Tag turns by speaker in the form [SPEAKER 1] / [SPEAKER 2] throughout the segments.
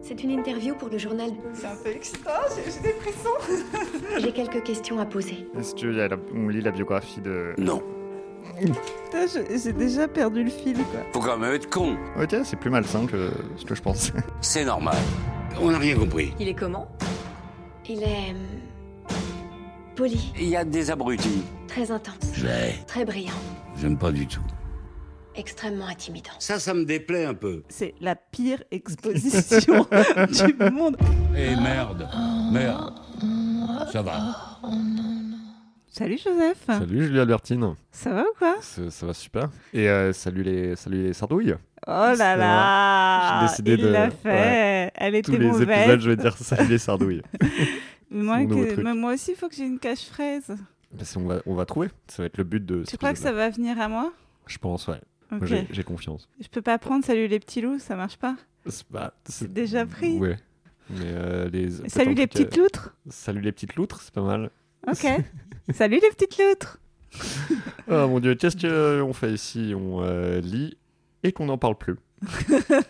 [SPEAKER 1] C'est une interview pour le journal.
[SPEAKER 2] C'est un peu excitant, j'ai j'ai des frissons.
[SPEAKER 1] J'ai quelques questions à poser.
[SPEAKER 3] Est-ce qu'on lit la biographie de...
[SPEAKER 4] Non.
[SPEAKER 2] Putain, je- j'ai déjà perdu le fil, quoi.
[SPEAKER 4] Faut quand même être con.
[SPEAKER 3] Ok, c'est plus malsain que ce que je pensais.
[SPEAKER 4] C'est normal. On n'a rien compris.
[SPEAKER 5] Il est comment
[SPEAKER 1] Il est. hum, poli,
[SPEAKER 4] Il y a des abrutis.
[SPEAKER 1] très intense,
[SPEAKER 4] J'ai.
[SPEAKER 1] très brillant,
[SPEAKER 4] J'aime pas du tout.
[SPEAKER 1] extrêmement intimidant.
[SPEAKER 4] Ça, ça me déplaît un peu.
[SPEAKER 2] C'est la pire exposition du monde.
[SPEAKER 6] Eh merde, merde. Ça va.
[SPEAKER 2] Salut Joseph.
[SPEAKER 7] Salut Julia Albertine,
[SPEAKER 2] Ça va ou quoi
[SPEAKER 7] ça, ça va super. Et euh, salut, les, salut les sardouilles.
[SPEAKER 2] Oh là
[SPEAKER 7] Ça
[SPEAKER 2] là.
[SPEAKER 7] va. J'ai décidé
[SPEAKER 2] Il
[SPEAKER 7] de-
[SPEAKER 2] l'a fait. Elle
[SPEAKER 7] Tous
[SPEAKER 2] était
[SPEAKER 7] les
[SPEAKER 2] mauvaise.
[SPEAKER 7] épisodes, je vais dire salut les sardouilles.
[SPEAKER 2] Moi,
[SPEAKER 7] mon nouveau
[SPEAKER 2] que-
[SPEAKER 7] truc.
[SPEAKER 2] mais moi aussi, il faut que j'ai une cache-fraise.
[SPEAKER 7] Mais Bah, c'est- on, va, on va trouver, ça va être le but de.
[SPEAKER 2] Tu
[SPEAKER 7] cet
[SPEAKER 2] crois que ça
[SPEAKER 7] épisode-là.
[SPEAKER 2] va venir à moi
[SPEAKER 7] Je pense, ouais. Moi,
[SPEAKER 2] Ok.
[SPEAKER 7] j'ai- J'ai confiance.
[SPEAKER 2] Je peux pas prendre Salut les petits loups, ça marche pas.
[SPEAKER 7] C'est bah, c'est-
[SPEAKER 2] C'est déjà pris.
[SPEAKER 7] Ouais. Mais euh, les. peut-être un
[SPEAKER 2] Salut les
[SPEAKER 7] truc,
[SPEAKER 2] petites loutres.
[SPEAKER 7] euh, Salut les petites loutres, c'est pas mal.
[SPEAKER 2] Ok. Salut les petites loutres.
[SPEAKER 7] Oh mon dieu, qu'est-ce qu'on fait ici On euh, lit et qu'on n'en parle plus.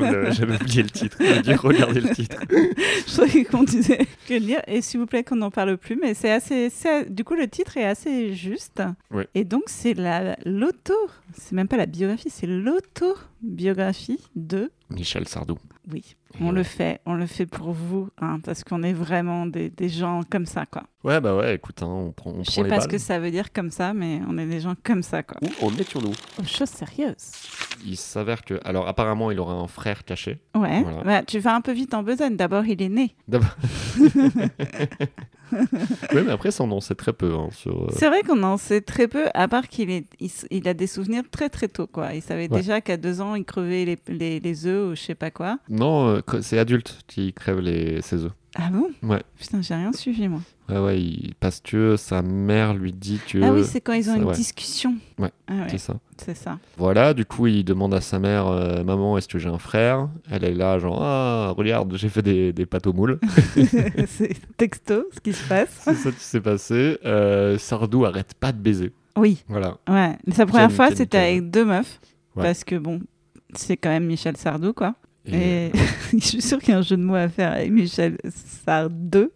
[SPEAKER 7] Le- J'avais oublié le titre, j'ai dû regarder le titre.
[SPEAKER 2] Je trouvais qu'on disait que lire. Et s'il vous plaît, qu'on n'en parle plus. Mais c'est assez. c'est- Du coup, le titre est assez juste.
[SPEAKER 7] Ouais.
[SPEAKER 2] Et donc, c'est la l'auto. C'est même pas la biographie, c'est l'autobiographie de.
[SPEAKER 7] Michel Sardou.
[SPEAKER 2] Oui, on le fait. On le fait pour vous, hein, parce qu'on est vraiment des, des gens comme ça, quoi.
[SPEAKER 7] Ouais, bah ouais, écoute, hein, on prend, on
[SPEAKER 2] Je
[SPEAKER 7] prend
[SPEAKER 2] sais
[SPEAKER 7] les
[SPEAKER 2] pas ce
[SPEAKER 7] balles.
[SPEAKER 2] que ça veut dire comme ça, mais on est des gens comme ça, quoi.
[SPEAKER 4] Où on est sur nous
[SPEAKER 2] Aux choses sérieuses.
[SPEAKER 7] Il s'avère que. Alors, apparemment, il aura un frère caché.
[SPEAKER 2] Ouais.
[SPEAKER 7] Voilà.
[SPEAKER 2] Bah, tu vas un peu vite en besogne. D'abord, il est né.
[SPEAKER 7] D'abord. oui, mais après, ça, on en sait très peu. hein, sur, euh,
[SPEAKER 2] C'est vrai qu'on en sait très peu, à part qu'il est, il, s- il a des souvenirs très très tôt, quoi. Il savait
[SPEAKER 7] Ouais.
[SPEAKER 2] déjà qu'à deux ans, il crevait les, les, les œufs ou je sais pas quoi.
[SPEAKER 7] Non, euh, cre- c'est adulte qui crève les... ses œufs.
[SPEAKER 2] Ah bon
[SPEAKER 7] Ouais.
[SPEAKER 2] Putain, j'ai rien suivi, moi.
[SPEAKER 7] Ouais, ouais, il... parce que sa mère lui dit que.
[SPEAKER 2] Ah oui, c'est quand ils ont
[SPEAKER 7] ça,
[SPEAKER 2] une
[SPEAKER 7] ouais.
[SPEAKER 2] discussion.
[SPEAKER 7] Euh, Ouais.
[SPEAKER 2] Ah ouais,
[SPEAKER 7] C'est ça.
[SPEAKER 2] c'est ça.
[SPEAKER 7] Voilà, du coup, il demande à sa mère euh, Maman, est-ce que j'ai un frère Elle est là, genre Ah, regarde, j'ai fait des, des pâtes aux moules.
[SPEAKER 2] c'est texto, ce qui se passe.
[SPEAKER 7] c'est ça qui s'est passé. Euh, Sardou arrête pas de baiser.
[SPEAKER 2] Oui,
[SPEAKER 7] Voilà.
[SPEAKER 2] ouais. Sa première
[SPEAKER 7] Nickel,
[SPEAKER 2] fois,
[SPEAKER 7] nickel,
[SPEAKER 2] c'était
[SPEAKER 7] nickel.
[SPEAKER 2] avec deux meufs.
[SPEAKER 7] Ouais.
[SPEAKER 2] Parce que bon, c'est quand même Michel Sardou, quoi.
[SPEAKER 7] Et- euh,
[SPEAKER 2] Et je suis sûre qu'il y a un jeu de mots à faire avec Michel Sardou.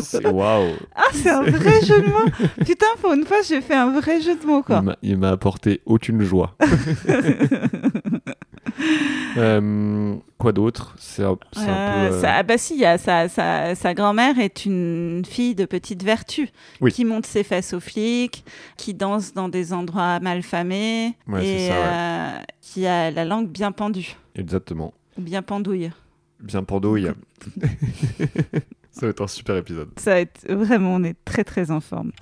[SPEAKER 7] c'est- Waouh
[SPEAKER 2] Ah, c'est un vrai jeu de mots. Putain, pour une fois, j'ai fait un vrai jeu de mots, quoi.
[SPEAKER 7] Il m'a- Il m'a apporté aucune joie. Euh, quoi d'autre C'est un, c'est un
[SPEAKER 2] Euh,
[SPEAKER 7] peu. euh,
[SPEAKER 2] ça- ah bah si, il y a sa, sa- sa grand-mère est une fille de petite vertu
[SPEAKER 7] Oui.
[SPEAKER 2] qui monte ses fesses aux flics, qui danse dans des endroits malfamés
[SPEAKER 7] Ouais, c'est
[SPEAKER 2] et
[SPEAKER 7] ça, ouais.
[SPEAKER 2] euh, qui a la langue bien pendue
[SPEAKER 7] Exactement.
[SPEAKER 2] ou bien pendouille.
[SPEAKER 7] Bien pendouille. ça va être un super épisode.
[SPEAKER 2] Ça va être- vraiment, on est très très en forme.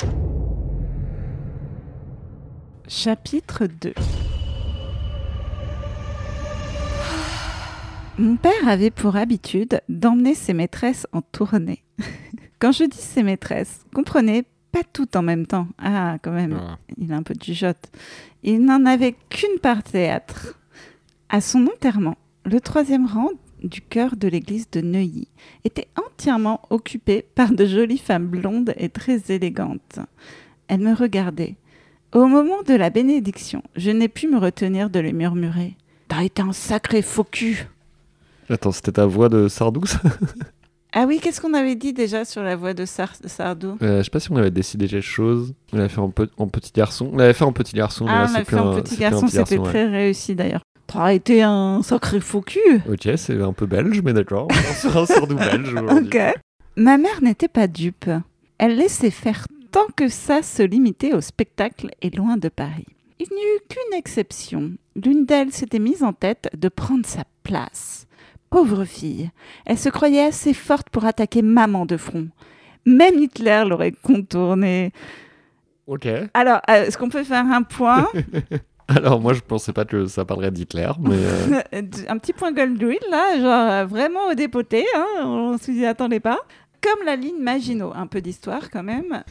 [SPEAKER 2] Chapitre 2 Mon père avait pour habitude d'emmener ses maîtresses en tournée. Quand je dis ses maîtresses, comprenez, pas toutes en même temps. Ah, quand même,
[SPEAKER 7] Voilà.
[SPEAKER 2] il a un peu de jugeote. Il n'en avait qu'une par théâtre. À son enterrement, le troisième rang du chœur de l'église de Neuilly était entièrement occupé par de jolies femmes blondes et très élégantes. Elles me regardaient. Au moment de la bénédiction, je n'ai pu me retenir de les murmurer. T'as été un sacré faux cul
[SPEAKER 7] Attends, c'était ta voix de Sardou, ça
[SPEAKER 2] Ah oui, qu'est-ce qu'on avait dit déjà sur la voix de Sar- Sardou
[SPEAKER 7] Euh, Je sais pas si on avait décidé quelque chose. On l'avait fait en, pe- en petit garçon. On l'avait fait en petit garçon. mais là,
[SPEAKER 2] Ah, on
[SPEAKER 7] c'est
[SPEAKER 2] l'a
[SPEAKER 7] plus
[SPEAKER 2] fait en
[SPEAKER 7] un-
[SPEAKER 2] petit
[SPEAKER 7] c'est plus un
[SPEAKER 2] garçon, c'était
[SPEAKER 7] ouais.
[SPEAKER 2] très réussi d'ailleurs. T'as été un sacré faux cul
[SPEAKER 7] Ok, c'est un peu belge, mais d'accord. On sera un Sardou belge aujourd'hui.
[SPEAKER 2] Ok. Ma mère n'était pas dupe. Elle laissait faire tant que ça se limitait au spectacle et loin de Paris. Il n'y eut qu'une exception. L'une d'elles s'était mise en tête de prendre sa place. Pauvre fille, elle se croyait assez forte pour attaquer maman de front. Même Hitler l'aurait contournée.
[SPEAKER 7] Ok.
[SPEAKER 2] Alors, euh, est-ce qu'on peut faire un point
[SPEAKER 7] Alors, moi, je pensais pas que ça parlerait d'Hitler, mais. euh,
[SPEAKER 2] un petit point Goldwyn, là, genre euh, vraiment au dépoté, hein, on s'y attendait pas. Comme la ligne Maginot, un peu d'histoire quand même.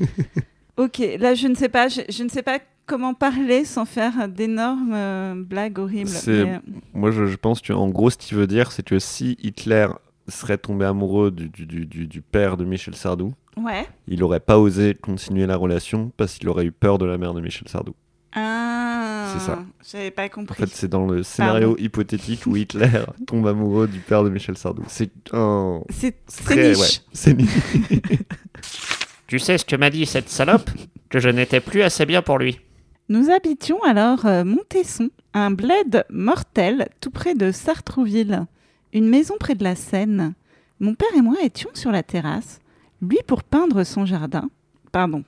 [SPEAKER 2] ok, là, je ne sais pas, je, je ne sais pas comment parler sans faire d'énormes euh, blagues horribles.
[SPEAKER 7] C'est-
[SPEAKER 2] mais, euh,
[SPEAKER 7] Moi, je, je pense que, en gros, ce qu'il veut dire, c'est que si Hitler serait tombé amoureux du, du- du- du- du père de Michel Sardou,
[SPEAKER 2] Ouais.
[SPEAKER 7] il aurait pas osé continuer la relation parce qu'il aurait eu peur de la mère de Michel Sardou.
[SPEAKER 2] Ah,
[SPEAKER 7] C'est ça.
[SPEAKER 2] J'avais pas
[SPEAKER 7] En
[SPEAKER 2] compris.
[SPEAKER 7] fait, c'est dans le scénario hypothétique où Hitler tombe amoureux du père de Michel Sardou. C'est un.
[SPEAKER 2] c'est
[SPEAKER 7] très-
[SPEAKER 2] c'est niche.
[SPEAKER 7] ouais, c'est niche.
[SPEAKER 5] Tu sais ce que m'a dit cette salope Que je n'étais plus assez bien pour lui.
[SPEAKER 2] Nous habitions alors euh, Montesson, un bled mortel tout près de Sartrouville, une maison près de la Seine. Mon père et moi étions sur la terrasse, lui pour peindre son jardin. Pardon,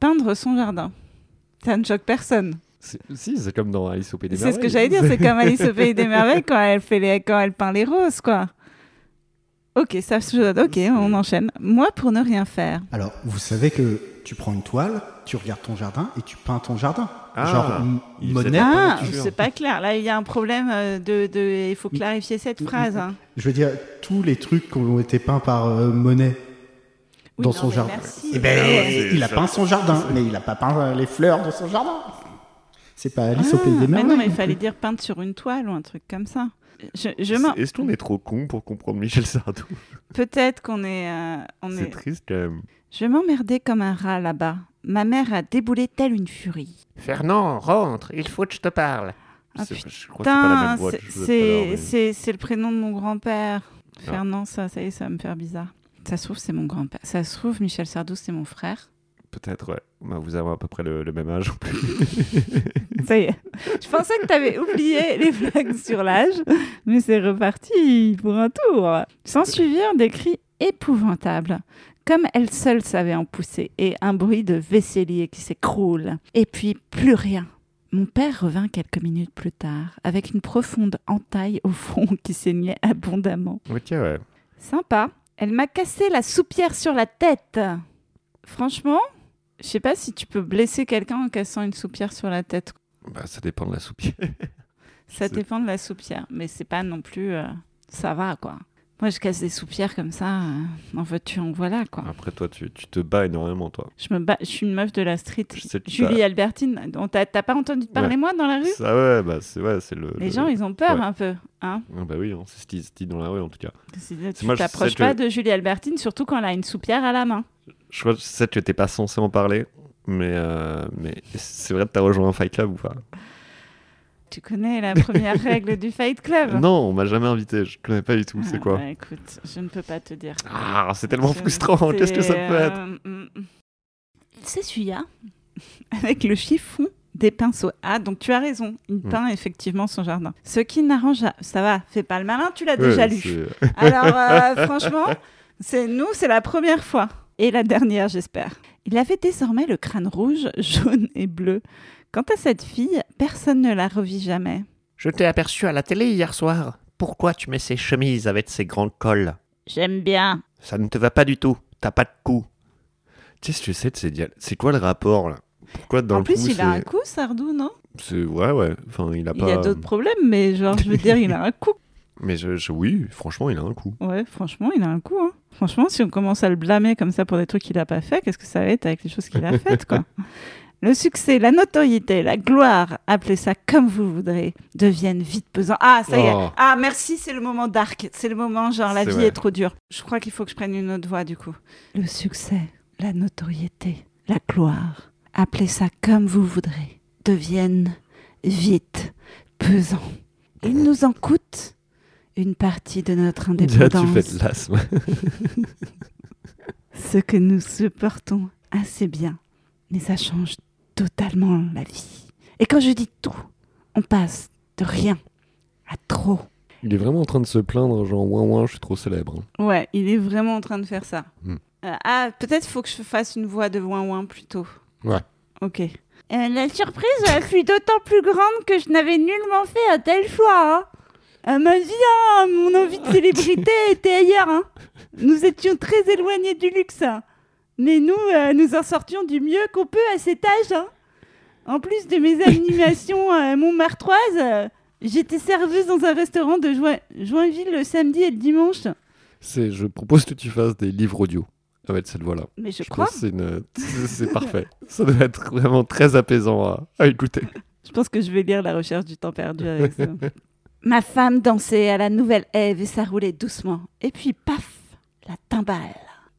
[SPEAKER 2] peindre son jardin. Ça ne choque personne.
[SPEAKER 7] C'est- Si, c'est comme dans Alice au Pays des
[SPEAKER 2] C'est ce que
[SPEAKER 7] Merveilles.
[SPEAKER 2] j'allais dire, c'est comme Alice au pays des merveilles quand elle fait les, quand elle peint les roses, quoi. Ok, ça, je- ok, on enchaîne. Moi pour ne rien faire.
[SPEAKER 8] Alors, vous savez que tu prends une toile, tu regardes ton jardin et tu peins ton jardin.
[SPEAKER 7] Ah,
[SPEAKER 8] Genre m-
[SPEAKER 7] il
[SPEAKER 8] Monet.
[SPEAKER 7] faisait pas-
[SPEAKER 2] Ah,
[SPEAKER 7] peinture.
[SPEAKER 2] c'est pas clair. Là, il y a un problème euh, de, de- il faut clarifier cette phrase. hein.
[SPEAKER 8] Je veux dire, tous les trucs qui ont été peints par euh, Monet
[SPEAKER 2] Oui,
[SPEAKER 8] dans
[SPEAKER 2] non,
[SPEAKER 8] son
[SPEAKER 2] mais
[SPEAKER 8] jardin.
[SPEAKER 2] merci.
[SPEAKER 8] Eh ben,
[SPEAKER 7] c'est-
[SPEAKER 8] il a
[SPEAKER 7] ça-
[SPEAKER 8] peint son jardin, mais il a pas peint euh, les fleurs de son jardin. C'est pas Alice
[SPEAKER 2] Ah,
[SPEAKER 8] au pays des
[SPEAKER 2] mais
[SPEAKER 8] merveilles.
[SPEAKER 2] non, mais il fallait dire peindre sur une toile ou un truc comme ça. Je, je m'en-
[SPEAKER 7] Est-ce qu'on est trop con pour comprendre Michel Sardou
[SPEAKER 2] Peut-être qu'on est, euh, on
[SPEAKER 7] C'est
[SPEAKER 2] est...
[SPEAKER 7] triste quand même.
[SPEAKER 2] Je m'emmerdais comme un rat là-bas. Ma mère a déboulé telle une furie.
[SPEAKER 5] Fernand, rentre, il faut que je te parle.
[SPEAKER 2] Ah,
[SPEAKER 7] C'est- je crois que c'est pas la
[SPEAKER 2] putain,
[SPEAKER 7] même voix que
[SPEAKER 2] c'est-
[SPEAKER 7] je faisais tout à l'heure,
[SPEAKER 2] c'est
[SPEAKER 7] mais- Ah.
[SPEAKER 2] c'est- c'est le prénom de mon grand-père. Fernand, ça, ça y est, ça va me faire bizarre. Ça se trouve, c'est mon grand-père. Ça se trouve, Michel Sardou, c'est mon frère.
[SPEAKER 7] Peut-être, ouais. Bah, vous avez à peu près le, le même âge en plus.
[SPEAKER 2] Ça y est. Je pensais que t'avais oublié les blagues sur l'âge, mais c'est reparti pour un tour. S'en suivirent des cris épouvantables, comme elle seule savait en pousser, et un bruit de vaisselier qui s'écroule. Et puis plus rien. Mon père revint quelques minutes plus tard, avec une profonde entaille au front qui saignait abondamment.
[SPEAKER 7] ok, ouais.
[SPEAKER 2] Sympa. Elle m'a cassé la soupière sur la tête. Franchement, je sais pas si tu peux blesser quelqu'un en cassant une soupière sur la tête.
[SPEAKER 7] Bah, ça dépend de la soupière.
[SPEAKER 2] Ça
[SPEAKER 7] C'est-
[SPEAKER 2] dépend de la soupière, mais c'est pas non plus. euh, ça va, quoi. Moi, je casse des soupières comme ça, euh, en veux-tu, en voilà, quoi.
[SPEAKER 7] Après, toi, tu, tu te bats énormément, toi.
[SPEAKER 2] Je me bats, je suis une meuf de la street.
[SPEAKER 7] Je sais que
[SPEAKER 2] Julie
[SPEAKER 7] t'as-
[SPEAKER 2] Albertine, on t'a- t'as pas entendu parler moi dans la rue
[SPEAKER 7] Ça, ouais, bah, c'est ouais, c'est le.
[SPEAKER 2] Les
[SPEAKER 7] le-
[SPEAKER 2] gens, ils ont peur
[SPEAKER 7] ouais.
[SPEAKER 2] un peu, hein.
[SPEAKER 7] Ah, bah oui, hein, c'est ce qui se dit dans la rue en tout cas.
[SPEAKER 2] Tu
[SPEAKER 7] moi, je sais
[SPEAKER 2] t'approches
[SPEAKER 7] que-
[SPEAKER 2] pas de Julie Albertine, surtout quand elle a une soupière à la main.
[SPEAKER 7] Je crois que je sais que t'es pas censé en parler, mais, euh, mais c'est vrai que t'as rejoint un fight club ou pas
[SPEAKER 2] Tu connais la première règle du Fight Club
[SPEAKER 7] Non, on m'a jamais invité, je connais pas du tout,
[SPEAKER 2] bah. Ah,
[SPEAKER 7] c'est quoi
[SPEAKER 2] bah, Écoute, je ne peux pas te dire.
[SPEAKER 7] Ah, c'est tellement
[SPEAKER 2] Je-
[SPEAKER 7] frustrant, qu'est-ce que ça
[SPEAKER 2] c'est,
[SPEAKER 7] peut être
[SPEAKER 2] euh, mm, mm. Il s'essuya avec le chiffon des pinceaux. Ah, donc tu as raison, il
[SPEAKER 7] Hmm.
[SPEAKER 2] peint effectivement son jardin. Ce qui n'arrange... à- Ça va, fais pas le malin, tu l'as
[SPEAKER 7] Ouais,
[SPEAKER 2] déjà lu.
[SPEAKER 7] c'est-
[SPEAKER 2] Alors euh, franchement, c'est nous, c'est la première fois. Et la dernière, j'espère. Il avait désormais le crâne rouge, jaune et bleu. Quant à cette fille, personne ne la revit jamais.
[SPEAKER 5] Je t'ai aperçu à la télé hier soir. Pourquoi tu mets ces chemises avec ces grands cols
[SPEAKER 2] J'aime bien.
[SPEAKER 5] Ça ne te va pas du tout. T'as pas de cou.
[SPEAKER 7] Qu'est-ce que tu sais de ces dialogues C'est quoi le rapport là Pourquoi d'un
[SPEAKER 2] en plus, il
[SPEAKER 7] coup
[SPEAKER 2] a un
[SPEAKER 7] c'est- Ah bah,
[SPEAKER 2] coup, Sardou, non
[SPEAKER 7] c'est ouais ouais enfin il a
[SPEAKER 2] Il
[SPEAKER 7] pas
[SPEAKER 2] y a d'autres problèmes, mais genre, je veux dire, il a un coup,
[SPEAKER 7] mais je, je- oui franchement il a un coup
[SPEAKER 2] Ouais, franchement, il a un coup. Hein. Franchement, si on commence à le blâmer comme ça pour des trucs qu'il n'a pas fait, qu'est-ce que ça va être avec les choses qu'il a faites, quoi Le succès, la notoriété, la gloire, appelez ça comme vous voudrez, deviennent vite pesants. Ah, ça y est.
[SPEAKER 7] Oh.
[SPEAKER 2] Ah, merci, c'est le moment dark. C'est le moment, genre, la
[SPEAKER 7] C'est
[SPEAKER 2] vie
[SPEAKER 7] vrai.
[SPEAKER 2] est trop dure. Je crois qu'il faut que je prenne une autre voix, du coup. Le succès, la notoriété, la gloire, appelez ça comme vous voudrez, deviennent vite pesants. Il nous en coûte une partie de notre
[SPEAKER 7] déjà
[SPEAKER 2] indépendance
[SPEAKER 7] tu fais de l'asthme
[SPEAKER 2] ce que nous supportons assez bien, mais ça change totalement la vie. Et quand je dis tout, on passe de rien à trop.
[SPEAKER 7] il est vraiment en train de se plaindre genre ouin ouin je suis trop célèbre hein.
[SPEAKER 2] Ouais, il est vraiment en train de faire ça.
[SPEAKER 7] Hmm.
[SPEAKER 2] Euh, ah, peut-être faut que je fasse une voix de ouin ouin plutôt.
[SPEAKER 7] Ouais.
[SPEAKER 2] Ok. Euh, la surprise euh, fut d'autant plus grande que je n'avais nullement fait un tel choix. hein. Euh, ma vie, hein, mon envie de célébrité était ailleurs. hein. Nous étions très éloignés du luxe. hein. Mais nous, euh, nous en sortions du mieux qu'on peut à cet âge. hein. En plus de mes animations euh, montmartroises, euh, j'étais serveuse dans un restaurant de Join- Joinville le samedi et le dimanche.
[SPEAKER 7] c'est je propose que tu fasses des livres audio avec cette voix là
[SPEAKER 2] Mais je,
[SPEAKER 7] je
[SPEAKER 2] crois.
[SPEAKER 7] pense que c'est une- c'est- c'est parfait ça doit être vraiment très apaisant à, à écouter
[SPEAKER 2] Je pense que je vais lire La recherche du temps perdu avec ça. Ma femme dansait à la nouvelle Ève et ça roulait doucement. Et puis, paf, la timbale.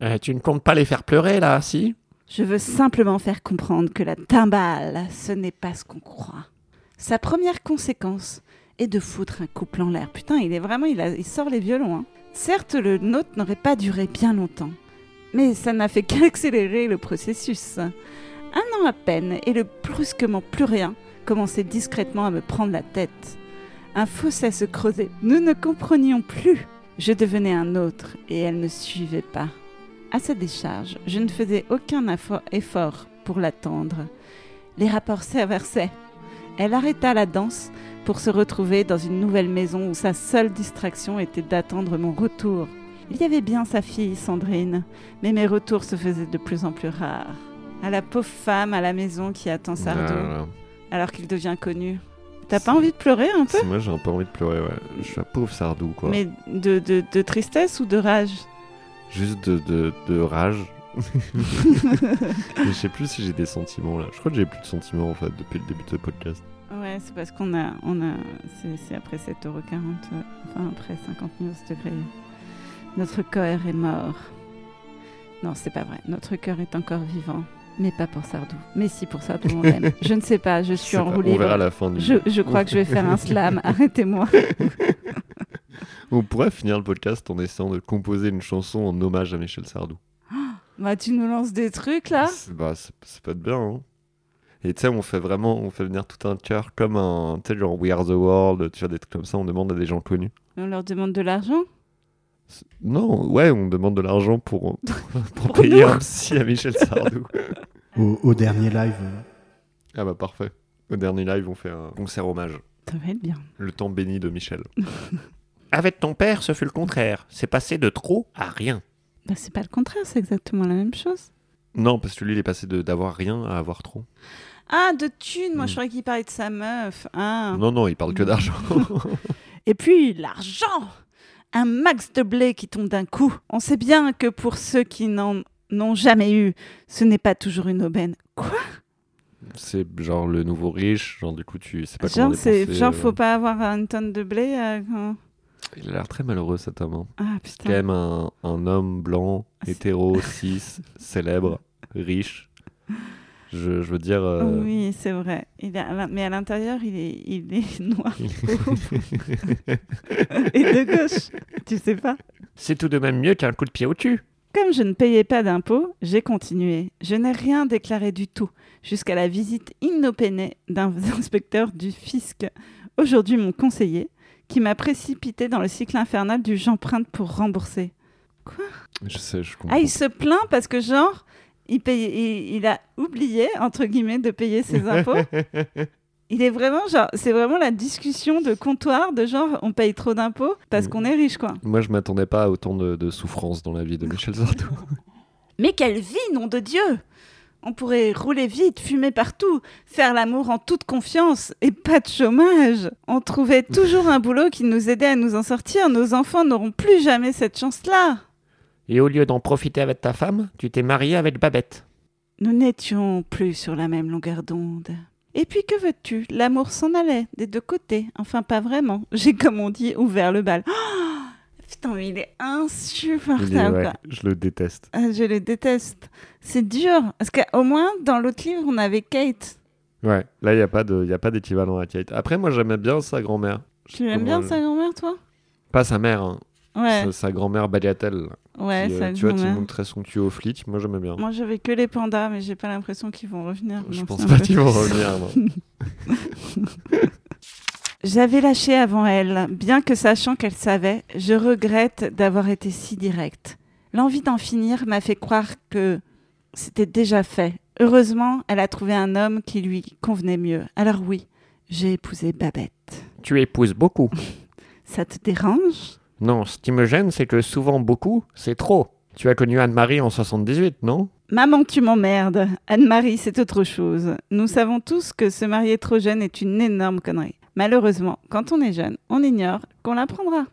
[SPEAKER 5] Eh, Euh, tu ne comptes pas les faire pleurer là, si
[SPEAKER 2] Je veux simplement faire comprendre que la timbale, ce n'est pas ce qu'on croit. Sa première conséquence est de foutre un couple en l'air. Putain, il est vraiment, il, a- il sort les violons. hein. Certes, le nôtre n'aurait pas duré bien longtemps, mais ça n'a fait qu'accélérer le processus. Un an à peine, et le brusquement plus rien commençait discrètement à me prendre la tête. Un fossé se creusait. Nous ne comprenions plus. Je devenais un autre, et elle ne suivait pas. À sa décharge, je ne faisais aucun affo- effort pour l'attendre. Les rapports s'inversaient. Elle arrêta la danse pour se retrouver dans une nouvelle maison où sa seule distraction était d'attendre mon retour. Il y avait bien sa fille, Sandrine, mais mes retours se faisaient de plus en plus rares. À la pauvre femme à la maison qui attend Sardou,
[SPEAKER 7] Ah,
[SPEAKER 2] alors qu'il devient connu. T'as pas envie de pleurer un peu
[SPEAKER 7] c'est- Moi, j'ai un peu envie de pleurer, ouais. Je suis un pauvre Sardou, quoi.
[SPEAKER 2] Mais de, de- de tristesse ou de rage
[SPEAKER 7] Juste de, de, de rage. Mais Je sais plus si j'ai des sentiments, là. Je crois que j'ai plus de sentiments, en fait, depuis le début de ce podcast.
[SPEAKER 2] Ouais, c'est parce qu'on a, on a, c'est, c'est après 7,40€, euh, enfin après 50 news degrés. Notre cœur est mort. Non, c'est pas vrai. Notre cœur est encore vivant, mais pas pour Sardou. Mais si pour Sardou, on l'aime. Je ne sais pas. Je
[SPEAKER 7] Je
[SPEAKER 2] suis
[SPEAKER 7] sais
[SPEAKER 2] en
[SPEAKER 7] pas,
[SPEAKER 2] roue
[SPEAKER 7] On verra à
[SPEAKER 2] libre.
[SPEAKER 7] la fin du...
[SPEAKER 2] Je, je crois que je vais faire un slam. Arrêtez-moi.
[SPEAKER 7] On pourrait finir le podcast en essayant de composer une chanson en hommage à Michel Sardou.
[SPEAKER 2] Bah, tu nous lances des trucs là.
[SPEAKER 7] C'est- Bah, c'est c'est pas de bien, hein. Et tu sais, on fait vraiment, on fait venir tout un cœur comme un, tu sais, genre We Are the World, tu vois, des trucs comme ça, on demande à des gens connus.
[SPEAKER 2] On leur demande de l'argent.
[SPEAKER 7] C'est- Non, ouais, on demande de l'argent pour, pour, payer
[SPEAKER 2] nous.
[SPEAKER 7] un psy à Michel Sardou.
[SPEAKER 8] Au, au dernier live, euh,
[SPEAKER 7] ah bah parfait. Au dernier live, on fait un concert hommage.
[SPEAKER 2] Ça va être bien.
[SPEAKER 7] Le temps béni de Michel.
[SPEAKER 5] Avec ton père, ce fut le contraire. C'est passé de trop à rien.
[SPEAKER 2] Bah, c'est pas le contraire. C'est exactement la même chose.
[SPEAKER 7] Non, parce que lui, il est passé de- d'avoir rien à avoir trop.
[SPEAKER 2] Ah, de thunes. Moi, je
[SPEAKER 7] Mm.
[SPEAKER 2] croyais qu'il parlait de sa meuf. Ah.
[SPEAKER 7] Non, non, il parle que d'argent.
[SPEAKER 2] Et puis l'argent Un max de blé qui tombe d'un coup. On sait bien que pour ceux qui n'en n'ont jamais eu, ce n'est pas toujours une aubaine. Quoi
[SPEAKER 7] c'est genre le nouveau riche, genre du coup, tu sais pas
[SPEAKER 2] Genre,
[SPEAKER 7] comment
[SPEAKER 2] c'est,
[SPEAKER 7] dépenser,
[SPEAKER 2] genre,
[SPEAKER 7] euh.
[SPEAKER 2] faut pas avoir une tonne de blé. euh, quand-
[SPEAKER 7] Il a l'air très malheureux, cet homme. hein.
[SPEAKER 2] Ah
[SPEAKER 7] quand
[SPEAKER 2] putain.
[SPEAKER 7] même un, un homme blanc,
[SPEAKER 2] C'est-
[SPEAKER 7] hétéro, cis, célèbre, riche. Je, je veux dire. euh,
[SPEAKER 2] Oui, c'est vrai. Il est à l'in- mais à l'intérieur, il est, il est noir
[SPEAKER 7] il-
[SPEAKER 2] et de gauche. Tu sais pas
[SPEAKER 5] C'est tout de même mieux qu'un coup de pied au cul.
[SPEAKER 2] Comme je ne payais pas d'impôts, j'ai continué. Je n'ai rien déclaré du tout, jusqu'à la visite inopinée d'un inspecteur du fisc, aujourd'hui mon conseiller, qui m'a précipité dans le cycle infernal du j'emprunte pour rembourser.
[SPEAKER 7] je sais, je comprends.
[SPEAKER 2] Ah, il se plaint parce que, genre, il, payait- il, il a oublié, entre guillemets, de payer ses impôts. Il est vraiment, genre, c'est vraiment la discussion de comptoir de genre, on paye trop d'impôts parce
[SPEAKER 7] Mm.
[SPEAKER 2] qu'on est riche, quoi.
[SPEAKER 7] Moi, je m'attendais pas à autant de, de souffrance dans la vie de Michel Sardou.
[SPEAKER 2] Mais quelle vie, nom de Dieu On pourrait rouler vite, fumer partout, faire l'amour en toute confiance et pas de chômage. On trouvait toujours un boulot qui nous aidait à nous en sortir. Nos enfants n'auront plus jamais cette chance-là.
[SPEAKER 5] Et au lieu d'en profiter avec ta femme, tu t'es marié avec Babette.
[SPEAKER 2] Nous n'étions plus sur la même longueur d'onde. Et puis que veux-tu L'amour s'en allait des deux côtés. Enfin, pas vraiment. J'ai, comme on dit, ouvert le bal. Oh, putain, mais il est insupportable.
[SPEAKER 7] Il est- ouais,
[SPEAKER 2] quoi.
[SPEAKER 7] je le déteste.
[SPEAKER 2] Ah, je le déteste. C'est dur. Parce qu'au moins, dans l'autre livre, on avait Kate.
[SPEAKER 7] Ouais. Là, il n'y a pas de- y a pas d'équivalent à Kate. Après, moi, j'aimais bien sa grand-mère.
[SPEAKER 2] Tu l'aimes bien sa grand-mère, toi
[SPEAKER 7] Pas sa mère, hein.
[SPEAKER 2] Ouais,
[SPEAKER 7] sa, sa grand-mère bagatelle.
[SPEAKER 2] ouais,
[SPEAKER 7] qui, euh,
[SPEAKER 2] sa
[SPEAKER 7] tu vois, qui
[SPEAKER 2] grand-mère.
[SPEAKER 7] montrait son cul aux flics. Moi, j'aimais bien.
[SPEAKER 2] Moi, j'avais que les pandas, mais j'ai pas l'impression qu'ils vont revenir.
[SPEAKER 7] je
[SPEAKER 2] donc
[SPEAKER 7] pense
[SPEAKER 2] c'est un
[SPEAKER 7] pas
[SPEAKER 2] peu-
[SPEAKER 7] qu'ils vont revenir. non.
[SPEAKER 2] J'avais lâché avant elle, bien que sachant qu'elle savait, je regrette d'avoir été si directe. L'envie d'en finir m'a fait croire que c'était déjà fait. Heureusement, elle a trouvé un homme qui lui convenait mieux. Alors oui, j'ai épousé Babette.
[SPEAKER 5] Tu épouses beaucoup.
[SPEAKER 2] Ça te dérange
[SPEAKER 5] Non, ce qui me gêne, c'est que souvent beaucoup, c'est trop. Tu as connu Anne-Marie en 78, non
[SPEAKER 2] Maman, tu m'emmerdes. Anne-Marie, c'est autre chose. Nous savons tous que se marier trop jeune est une énorme connerie. Malheureusement, quand on est jeune, on ignore qu'on l'apprendra.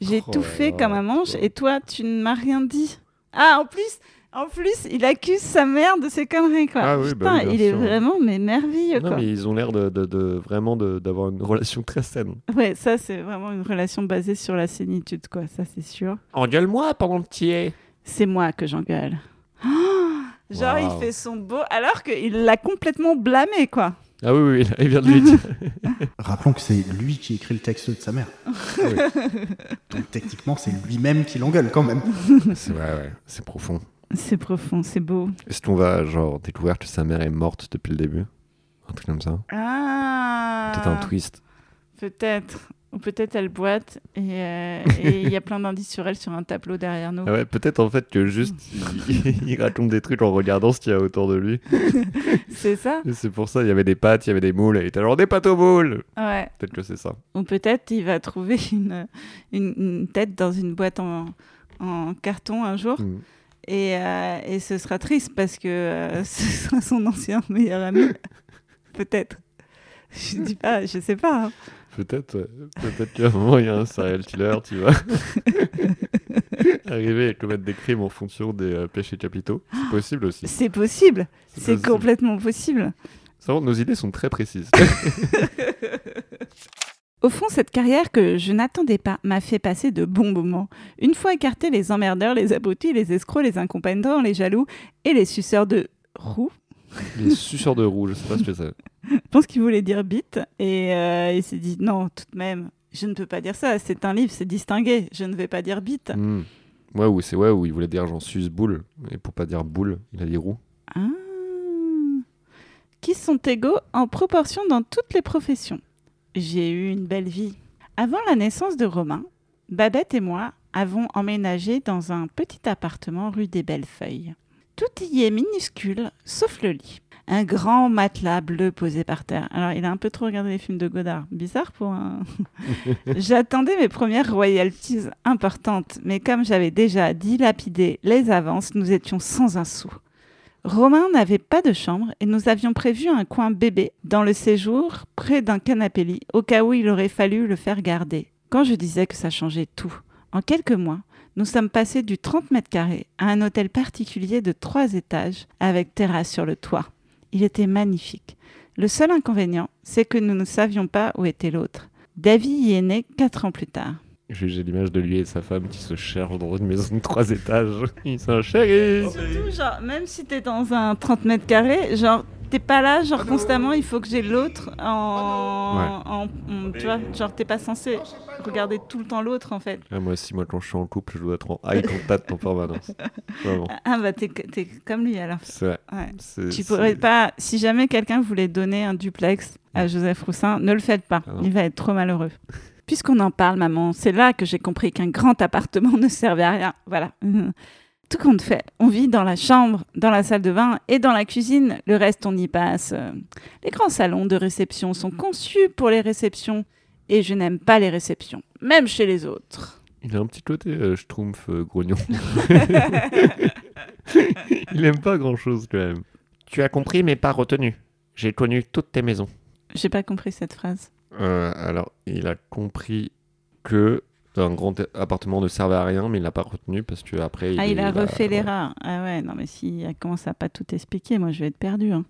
[SPEAKER 2] J'ai
[SPEAKER 7] Oh
[SPEAKER 2] tout
[SPEAKER 7] là
[SPEAKER 2] fait
[SPEAKER 7] là,
[SPEAKER 2] comme un manche
[SPEAKER 7] toi.
[SPEAKER 2] et toi, tu ne m'as rien dit. Ah, en plus, en plus, il accuse sa mère de ses conneries, quoi.
[SPEAKER 7] Ah oui, bah
[SPEAKER 2] Putain,
[SPEAKER 7] oui, bien
[SPEAKER 2] il est
[SPEAKER 7] sûr.
[SPEAKER 2] vraiment mais merveilleux,
[SPEAKER 7] Non,
[SPEAKER 2] quoi.
[SPEAKER 7] mais ils ont l'air de, de- de- vraiment de- d'avoir une relation très saine.
[SPEAKER 2] Ouais, ça, c'est vraiment une relation basée sur la sénitude, quoi. Ça, c'est sûr.
[SPEAKER 5] Engueule-moi pendant que tu y es.
[SPEAKER 2] C'est moi que j'engueule. Ah, Genre,
[SPEAKER 7] Waouh.
[SPEAKER 2] il fait son beau, alors qu'il l'a complètement blâmé, quoi.
[SPEAKER 7] Ah oui, oui, il- il vient de lui dire.
[SPEAKER 8] Rappelons que c'est lui qui écrit le texte de sa mère. Donc techniquement, c'est lui-même qui l'engueule quand même.
[SPEAKER 7] c'est ouais, ouais, c'est profond.
[SPEAKER 2] C'est profond, c'est beau.
[SPEAKER 7] Est-ce qu'on va genre découvrir que sa mère est morte depuis le début Un truc comme ça.
[SPEAKER 2] Ah
[SPEAKER 7] Peut-être un twist.
[SPEAKER 2] Peut-être. Ou peut-être elle boite et euh, et il y a plein d'indices sur elle sur un tableau derrière nous.
[SPEAKER 7] Ah ouais, peut-être en fait que juste il, il raconte des trucs en regardant ce qu'il y a autour de lui.
[SPEAKER 2] C'est ça
[SPEAKER 7] Et c'est pour ça, il y avait des pâtes, il y avait des moules, et il était genre des pâtes aux moules
[SPEAKER 2] Ouais.
[SPEAKER 7] Peut-être que c'est ça.
[SPEAKER 2] Ou peut-être il va trouver une, une, une tête dans une boîte en, en carton un jour.
[SPEAKER 7] Mm.
[SPEAKER 2] Et, euh, et ce sera triste parce que euh, ce sera son ancien meilleur ami. peut-être. Je dis pas, je sais pas. hein.
[SPEAKER 7] Peut-être, ouais. peut-être qu'à un moment, il y a un serial killer, tu vois. Arriver et commettre des crimes en fonction des euh, péchés capitaux. C'est possible aussi.
[SPEAKER 2] C'est possible. C'est
[SPEAKER 7] possible.
[SPEAKER 2] complètement possible.
[SPEAKER 7] C'est vraiment, nos idées sont très précises.
[SPEAKER 2] Au fond, cette carrière que je n'attendais pas m'a fait passer de bons moments. Une fois écartés les emmerdeurs, les abrutis, les escrocs, les incompétents, les jaloux et les suceurs de roux,
[SPEAKER 7] Les suceurs de rouge, je sais pas ce que c'est.
[SPEAKER 2] je pense qu'il voulait dire bite, et euh, il s'est dit non, tout de même, je ne peux pas dire ça, c'est un livre, c'est distingué, je ne vais pas dire bite.
[SPEAKER 7] Hmm. Ouais, ou c'est ouais, où il voulait dire genre suce boule. Et pour pas dire boule, il a dit roux.
[SPEAKER 2] Ah. Qui sont égaux en proportion dans toutes les professions. J'ai eu une belle vie. Avant la naissance de Romain, Babette et moi avons emménagé dans un petit appartement rue des Bellefeuilles. Tout y est minuscule, sauf le lit. Un grand matelas bleu posé par terre. Alors, il a un peu trop regardé les films de Godard. Bizarre pour un. J'attendais mes premières royalties importantes, mais comme j'avais déjà dilapidé les avances, nous étions sans un sou. Romain n'avait pas de chambre et nous avions prévu un coin bébé dans le séjour près d'un canapé lit au cas où il aurait fallu le faire garder. Quand je disais que ça changeait tout, en quelques mois, nous sommes passés du 30 mètres carrés à un hôtel particulier de trois étages avec terrasse sur le toit. Il était magnifique. Le seul inconvénient, c'est que nous ne savions pas où était l'autre. David y est né quatre ans plus tard.
[SPEAKER 7] J'ai j'ai l'image de lui et sa femme qui se cherchent dans une maison de trois étages. Ils sont chéris
[SPEAKER 2] Surtout, genre, même si t'es dans un 30 mètres carrés, genre, t'es pas là, genre, constamment, il faut que j'ai l'autre en... en- en- Tu vois, genre, t'es pas censé regarder tout le temps l'autre, en fait.
[SPEAKER 7] Ah, moi aussi, moi, quand je suis en couple, je dois être en eye contact en permanence. Vraiment.
[SPEAKER 2] Ah, bah, t'es t'es comme lui, alors.
[SPEAKER 7] C'est vrai.
[SPEAKER 2] Ouais.
[SPEAKER 7] C'est-
[SPEAKER 2] Tu
[SPEAKER 7] c'est-
[SPEAKER 2] pourrais pas... Si jamais quelqu'un voulait donner un duplex à Joseph Roussin, ne le faites pas.
[SPEAKER 7] Mm. Ah non.
[SPEAKER 2] Il va être trop malheureux. Puisqu'on en parle, maman, c'est là que j'ai compris qu'un grand appartement ne servait à rien. Voilà. Tout compte fait, on vit dans la chambre, dans la salle de bain et dans la cuisine. Le reste, on y passe. Euh, Les grands salons de réception sont conçus pour les réceptions. Et je n'aime pas les réceptions, même chez les autres.
[SPEAKER 7] Il a un petit côté euh, schtroumpf euh, grognon. Il aime pas grand chose quand même.
[SPEAKER 5] Tu as compris mais pas retenu. J'ai connu toutes tes maisons.
[SPEAKER 2] J'ai pas compris cette phrase.
[SPEAKER 7] Euh, alors, il a compris que un grand appartement ne servait à rien, mais il l'a pas retenu parce que après.
[SPEAKER 2] ah, il a refait
[SPEAKER 7] ouais.
[SPEAKER 2] l'erreur. Ah ouais, non mais si elle commence à pas tout expliquer, moi je vais être perdue. hein.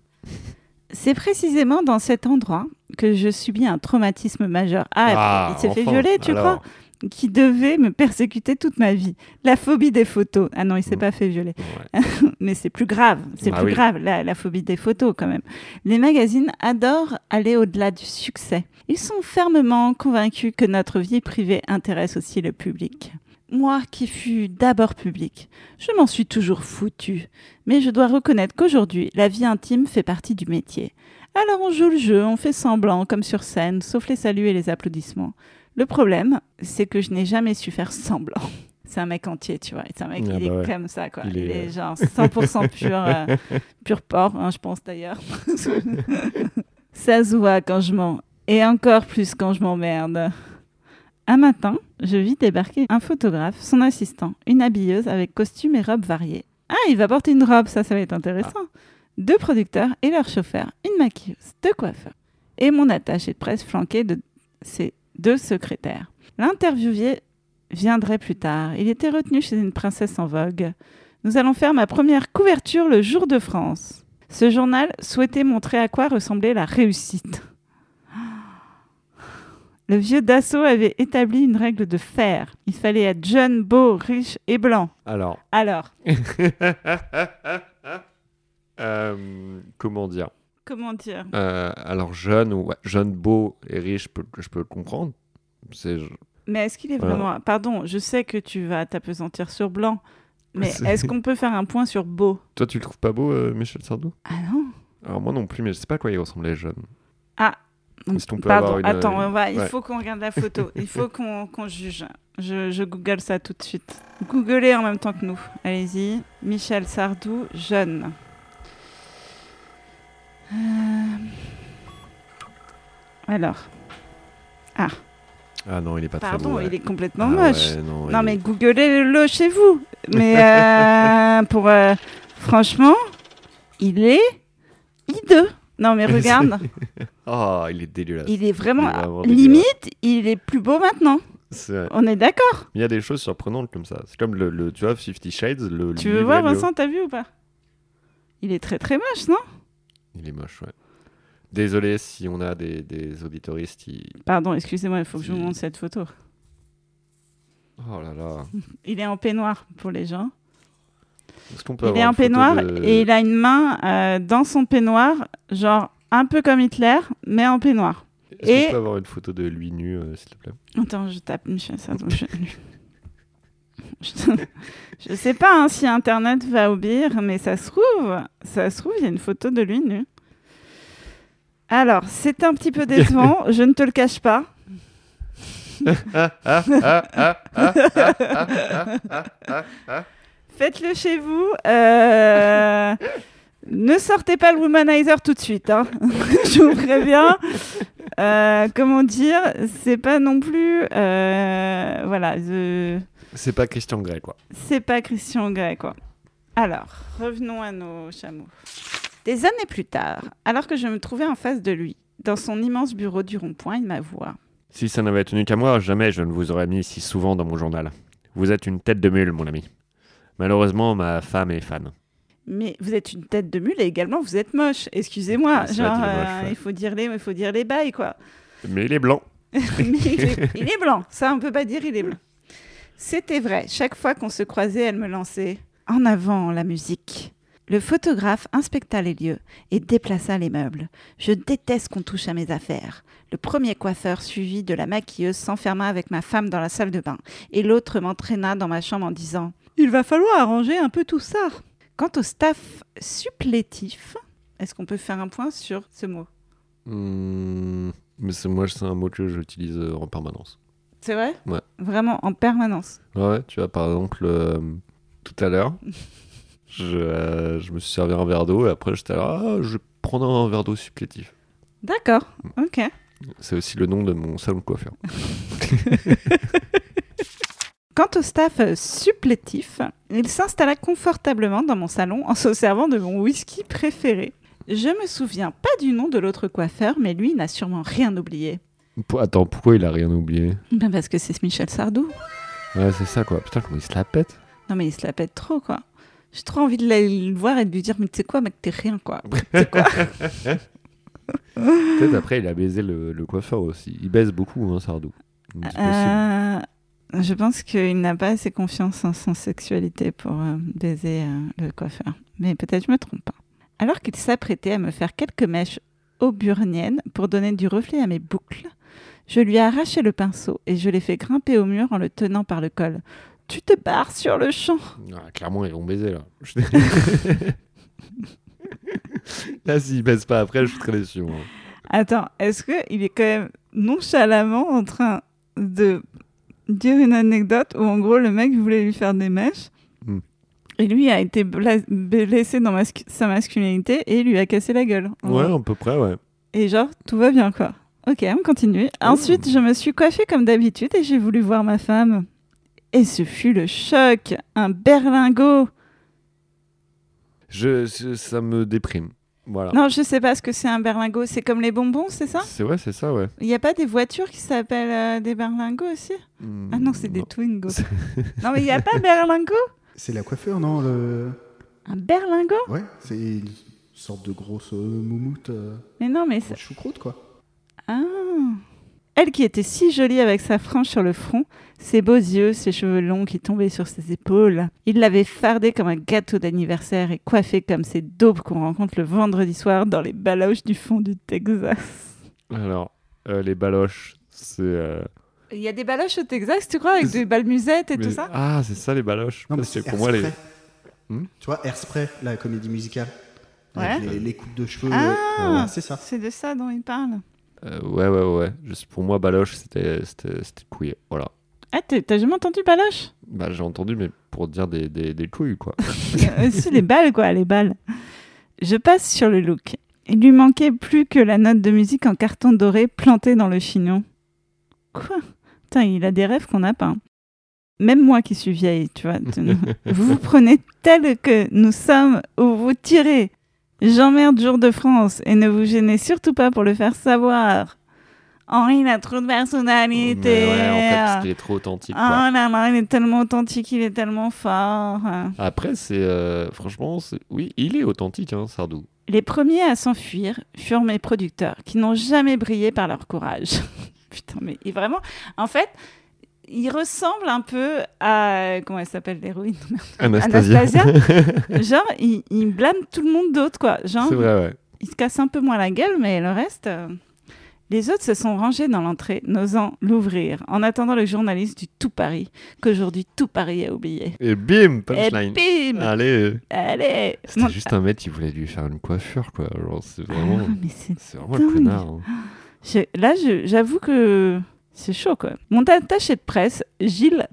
[SPEAKER 2] C'est précisément dans cet endroit que je subis un traumatisme majeur. Ah, il s'est fait
[SPEAKER 7] enfin,
[SPEAKER 2] violer, tu
[SPEAKER 7] alors.
[SPEAKER 2] crois Qui devait me persécuter toute ma vie. La phobie des photos. Ah non, il s'est
[SPEAKER 7] Mm.
[SPEAKER 2] pas fait violer.
[SPEAKER 7] Ouais.
[SPEAKER 2] mais c'est plus grave, c'est
[SPEAKER 7] Bah
[SPEAKER 2] plus
[SPEAKER 7] oui.
[SPEAKER 2] grave, la, la phobie des photos quand même. Les magazines adorent aller au-delà du succès. Ils sont fermement convaincus que notre vie privée intéresse aussi le public. Moi qui fus d'abord public, je m'en suis toujours foutu, mais je dois reconnaître qu'aujourd'hui, la vie intime fait partie du métier. Alors on joue le jeu, on fait semblant, comme sur scène, sauf les saluts et les applaudissements. Le problème, c'est que je n'ai jamais su faire semblant. C'est un mec entier, tu vois. C'est un mec
[SPEAKER 7] Ah
[SPEAKER 2] il est
[SPEAKER 7] bah ouais.
[SPEAKER 2] comme ça, quoi.
[SPEAKER 7] Il
[SPEAKER 2] Il
[SPEAKER 7] est,
[SPEAKER 2] est, euh, genre 100% pur, euh, pur porc, hein, je pense d'ailleurs. ça se voit quand je mens, et encore plus quand je m'emmerde. Un matin, je vis débarquer un photographe, son assistant, une habilleuse avec costume et robe variée. Ah, il va porter une robe, ça, ça va être intéressant. Deux producteurs et leur chauffeur, une maquilleuse, deux coiffeurs. Et mon attaché de presse flanqué de ses deux secrétaires. L'interviewier viendrait plus tard. Il était retenu chez une princesse en vogue. Nous allons faire ma première couverture le jour de France. Ce journal souhaitait montrer à quoi ressemblait la réussite. Le vieux Dassault avait établi une règle de fer. Il fallait être jeune, beau, riche et blanc.
[SPEAKER 7] Alors,
[SPEAKER 2] Alors,
[SPEAKER 7] euh, comment dire
[SPEAKER 2] Comment dire
[SPEAKER 7] Euh, Alors, jeune, ou ouais, jeune, beau et riche, je peux, je peux le comprendre. C'est
[SPEAKER 2] Mais est-ce qu'il est
[SPEAKER 7] Voilà.
[SPEAKER 2] vraiment. Pardon, je sais que tu vas t'apesantir sur blanc, mais
[SPEAKER 7] C'est-
[SPEAKER 2] est-ce qu'on peut faire un point sur beau
[SPEAKER 7] Toi, tu le trouves pas beau, euh, Michel Sardou
[SPEAKER 2] Ah non
[SPEAKER 7] Alors, moi non plus, mais je sais pas à quoi il ressemblait jeune. Est-ce qu'on peut
[SPEAKER 2] Ah, Pardon,
[SPEAKER 7] avoir une- euh,
[SPEAKER 2] attends, euh, on va- il
[SPEAKER 7] Ouais.
[SPEAKER 2] faut qu'on regarde la photo, il faut qu'on qu'on juge. Je, je google ça tout de suite. Googlez en même temps que nous. Allez-y. Michel Sardou, jeune. Euh, Alors. Ah,
[SPEAKER 7] Ah non, il est pas très
[SPEAKER 2] pardon,
[SPEAKER 7] beau. ouais.
[SPEAKER 2] il est complètement
[SPEAKER 7] Ah
[SPEAKER 2] moche.
[SPEAKER 7] ouais, non,
[SPEAKER 2] Non
[SPEAKER 7] il
[SPEAKER 2] mais
[SPEAKER 7] est-
[SPEAKER 2] googlez-le chez vous. Mais euh, pour euh, franchement, il est hideux. Non mais regarde,
[SPEAKER 7] Ah, il est dégueulasse.
[SPEAKER 2] il est vraiment,
[SPEAKER 7] Il est vraiment
[SPEAKER 2] limite, il est plus beau maintenant.
[SPEAKER 7] C'est vrai.
[SPEAKER 2] On est d'accord.
[SPEAKER 7] Il y a des choses surprenantes comme ça. C'est comme le, le- tu vois, Fifty Shades. Le,
[SPEAKER 2] Tu
[SPEAKER 7] le
[SPEAKER 2] veux
[SPEAKER 7] livre
[SPEAKER 2] voir
[SPEAKER 7] et le-
[SPEAKER 2] Vincent, t'as vu ou pas Il est très très moche, non
[SPEAKER 7] Il est moche, ouais. Désolé si on a des, des auditoristes qui.
[SPEAKER 2] Pardon, excusez-moi, il faut que je vous
[SPEAKER 7] Si.
[SPEAKER 2] montre cette photo.
[SPEAKER 7] Oh là là.
[SPEAKER 2] Il est en peignoir pour les gens.
[SPEAKER 7] Est-ce qu'on peut
[SPEAKER 2] Il
[SPEAKER 7] avoir
[SPEAKER 2] est en
[SPEAKER 7] une photo
[SPEAKER 2] peignoir
[SPEAKER 7] de-
[SPEAKER 2] et il a une main euh, dans son peignoir, genre un peu comme Hitler, mais en peignoir.
[SPEAKER 7] Est-ce qu'on
[SPEAKER 2] et-
[SPEAKER 7] peut avoir une photo de lui nu, euh, s'il te plaît
[SPEAKER 2] Attends, je tape Michel Sardou. Je... je- je sais pas hein, si Internet va obéir, mais ça se trouve, ça se trouve, il y a une photo de lui nu. Alors, c'est un petit peu décevant, je ne te le cache pas.
[SPEAKER 7] Ah,
[SPEAKER 2] Faites-le chez vous. euh, Ne sortez pas le womanizer tout de suite. hein. je vous préviens. Euh, comment dire C'est pas non plus. euh, Voilà. the-
[SPEAKER 7] C'est pas Christian Grey, quoi.
[SPEAKER 2] C'est pas Christian Grey, quoi. Alors, revenons à nos chameaux. Des années plus tard, alors que je me trouvais en face de lui, dans son immense bureau du rond-point, il m'avoua.
[SPEAKER 7] Si ça n'avait tenu qu'à moi, jamais je ne vous aurais mis si souvent dans mon journal. Vous êtes une tête de mule, mon ami. Malheureusement, ma femme est fan.
[SPEAKER 2] Mais vous êtes une tête de mule et également vous êtes moche. Excusez-moi.
[SPEAKER 7] Ah, c'est vrai
[SPEAKER 2] Genre,
[SPEAKER 7] qu'il est
[SPEAKER 2] euh,
[SPEAKER 7] moche, ouais.
[SPEAKER 2] il faut dire les, il faut dire les bails, quoi.
[SPEAKER 7] Mais il est blanc.
[SPEAKER 2] Mais il est, il est blanc, ça on peut pas dire il est blanc. C'était vrai, chaque fois qu'on se croisait, elle me lançait En avant la musique. Le photographe inspecta les lieux et déplaça les meubles. Je déteste qu'on touche à mes affaires. Le premier coiffeur suivi de la maquilleuse s'enferma avec ma femme dans la salle de bain et l'autre m'entraîna dans ma chambre en disant Il va falloir arranger un peu tout ça. Quant au staff supplétif, est-ce qu'on peut faire un point sur ce mot
[SPEAKER 7] Hmm, mais c'est moi, c'est un mot que j'utilise euh, en permanence.
[SPEAKER 2] C'est vrai
[SPEAKER 7] Ouais.
[SPEAKER 2] Vraiment en permanence.
[SPEAKER 7] Ouais, tu vois, par exemple, euh, tout à l'heure, je, euh, je me suis servi un verre d'eau et après j'étais là, ah, je vais prendre un verre d'eau supplétif.
[SPEAKER 2] D'accord, ok.
[SPEAKER 7] C'est aussi le nom de mon salon de coiffeur.
[SPEAKER 2] Quant au staff euh, supplétif, il s'installa confortablement dans mon salon en se servant de mon whisky préféré. Je me souviens pas du nom de l'autre coiffeur, mais lui n'a sûrement rien oublié.
[SPEAKER 7] Pou- Attends, pourquoi il a rien oublié
[SPEAKER 2] Ben parce que c'est Michel Sardou.
[SPEAKER 7] Ouais, c'est ça quoi. Putain, comment il se la pète
[SPEAKER 2] Non mais il se la pète trop quoi. J'ai trop envie de la- le voir et de lui dire mais tu sais quoi mec t'es rien quoi. C'est quoi
[SPEAKER 7] Peut-être après, il a baisé le, le coiffeur aussi. Il baise beaucoup, hein, Sardou. Donc, c'est possible.
[SPEAKER 2] Euh, Je pense qu'il n'a pas assez confiance en son sexualité pour euh, baiser euh, le coiffeur. Mais peut-être je me trompe. hein. Alors qu'il s'apprêtait à me faire quelques mèches auburniennes pour donner du reflet à mes boucles, je lui ai arraché le pinceau et je l'ai fait grimper au mur en le tenant par le col. Tu te barres sur le champ
[SPEAKER 7] Ah, clairement, ils vont baiser là. là, s'il baise pas après, je suis très déçu. moi.
[SPEAKER 2] Attends, est-ce qu'il est quand même nonchalamment en train de dire une anecdote où en gros le mec voulait lui faire des mèches
[SPEAKER 7] Hmm.
[SPEAKER 2] et lui a été bla- blessé dans mascu- sa masculinité et lui a cassé la gueule. en gros.
[SPEAKER 7] à peu près, ouais.
[SPEAKER 2] Et genre, tout va bien quoi. Ok, on continue.
[SPEAKER 7] Oh.
[SPEAKER 2] Ensuite, je me suis coiffée comme d'habitude et j'ai voulu voir ma femme. Et ce fut le choc, un berlingot.
[SPEAKER 7] Je, je- ça me déprime. Voilà.
[SPEAKER 2] Non, je sais pas ce que c'est un berlingot. C'est comme les bonbons, c'est ça
[SPEAKER 7] C'est ouais, c'est ça, ouais.
[SPEAKER 2] Il n'y a pas des voitures qui s'appellent euh, des berlingots aussi
[SPEAKER 8] Hmm.
[SPEAKER 2] Ah non, c'est des Twingo.
[SPEAKER 7] C'est-
[SPEAKER 2] non, mais il n'y a pas berlingot
[SPEAKER 8] C'est la coiffure, non le...
[SPEAKER 2] Un berlingot
[SPEAKER 8] Ouais, c'est une sorte de grosse euh, moumoute, euh,
[SPEAKER 2] Mais non, mais c'est...
[SPEAKER 8] grosse choucroute, quoi.
[SPEAKER 2] Ah Elle qui était si jolie avec sa frange sur le front, ses beaux yeux, ses cheveux longs qui tombaient sur ses épaules. Il l'avait fardée comme un gâteau d'anniversaire et coiffée comme ces daubes qu'on rencontre le vendredi soir dans les baloches du fond du Texas.
[SPEAKER 7] Alors, euh, les baloches, c'est. euh,
[SPEAKER 2] Il y a des baloches au Texas, tu crois, avec des balmusettes et
[SPEAKER 7] mais-
[SPEAKER 2] tout ça
[SPEAKER 7] Ah, c'est ça les baloches.
[SPEAKER 8] Non, mais
[SPEAKER 7] Parce que
[SPEAKER 8] c'est
[SPEAKER 7] pour moi, les.
[SPEAKER 8] Airspray.
[SPEAKER 7] Hmm
[SPEAKER 8] Tu vois, Airspray, la comédie musicale. Avec
[SPEAKER 2] Ouais.
[SPEAKER 8] les, les coupes de cheveux.
[SPEAKER 2] Ah.
[SPEAKER 8] euh, c'est ça.
[SPEAKER 2] C'est de ça dont il parle.
[SPEAKER 7] Euh, ouais, ouais, ouais. Juste pour moi, baloche, c'était c'était- c'était couille. Voilà.
[SPEAKER 2] Ah, t'es- t'as jamais entendu baloche
[SPEAKER 7] Bah, j'ai entendu, mais pour dire des, des, des couilles, quoi.
[SPEAKER 2] Euh, si, les balles, quoi, les balles. Je passe sur le look. Il lui manquait plus que la note de musique en carton doré plantée dans le chignon. Quoi Putain, il a des rêves qu'on n'a pas. hein. Même moi qui suis vieille, tu vois. tu- vous vous prenez tel que nous sommes ou vous tirez. J'emmerde Jour de France et ne vous gênez surtout pas pour le faire savoir. Henri, il a trop de
[SPEAKER 7] Mais
[SPEAKER 2] personnalité.
[SPEAKER 7] ouais, en fait, parce qu'il est trop authentique, quoi.
[SPEAKER 2] oh là là, il est tellement authentique, il est tellement fort. hein.
[SPEAKER 7] Après, c'est. euh, franchement, c'est- oui, il est authentique, hein, Sardou.
[SPEAKER 2] Les premiers à s'enfuir furent mes producteurs, qui n'ont jamais brillé par leur courage. Putain, mais et vraiment, en fait, il ressemble un peu à. Comment elle s'appelle l'héroïne
[SPEAKER 7] Anastasia.
[SPEAKER 2] Genre, il, il blâme tout le monde d'autre, quoi. Genre,
[SPEAKER 7] c'est vrai, ouais.
[SPEAKER 2] il se casse un peu moins la gueule, mais le reste. euh, Les autres se sont rangés dans l'entrée, n'osant l'ouvrir, en attendant le journaliste du Tout Paris, qu'aujourd'hui tout Paris a oublié.
[SPEAKER 7] Et bim,
[SPEAKER 2] Et
[SPEAKER 7] punchline.
[SPEAKER 2] bim
[SPEAKER 7] Allez. euh,
[SPEAKER 2] Allez
[SPEAKER 7] C'était juste un mec qui voulait lui faire une coiffure, quoi. Genre, c'est vraiment.
[SPEAKER 2] Ah, mais c'est
[SPEAKER 7] C'est vraiment le
[SPEAKER 2] Dingue.
[SPEAKER 7] connard. hein.
[SPEAKER 2] Je- là, je- j'avoue que c'est chaud, quoi. Mon attaché de presse, Gilles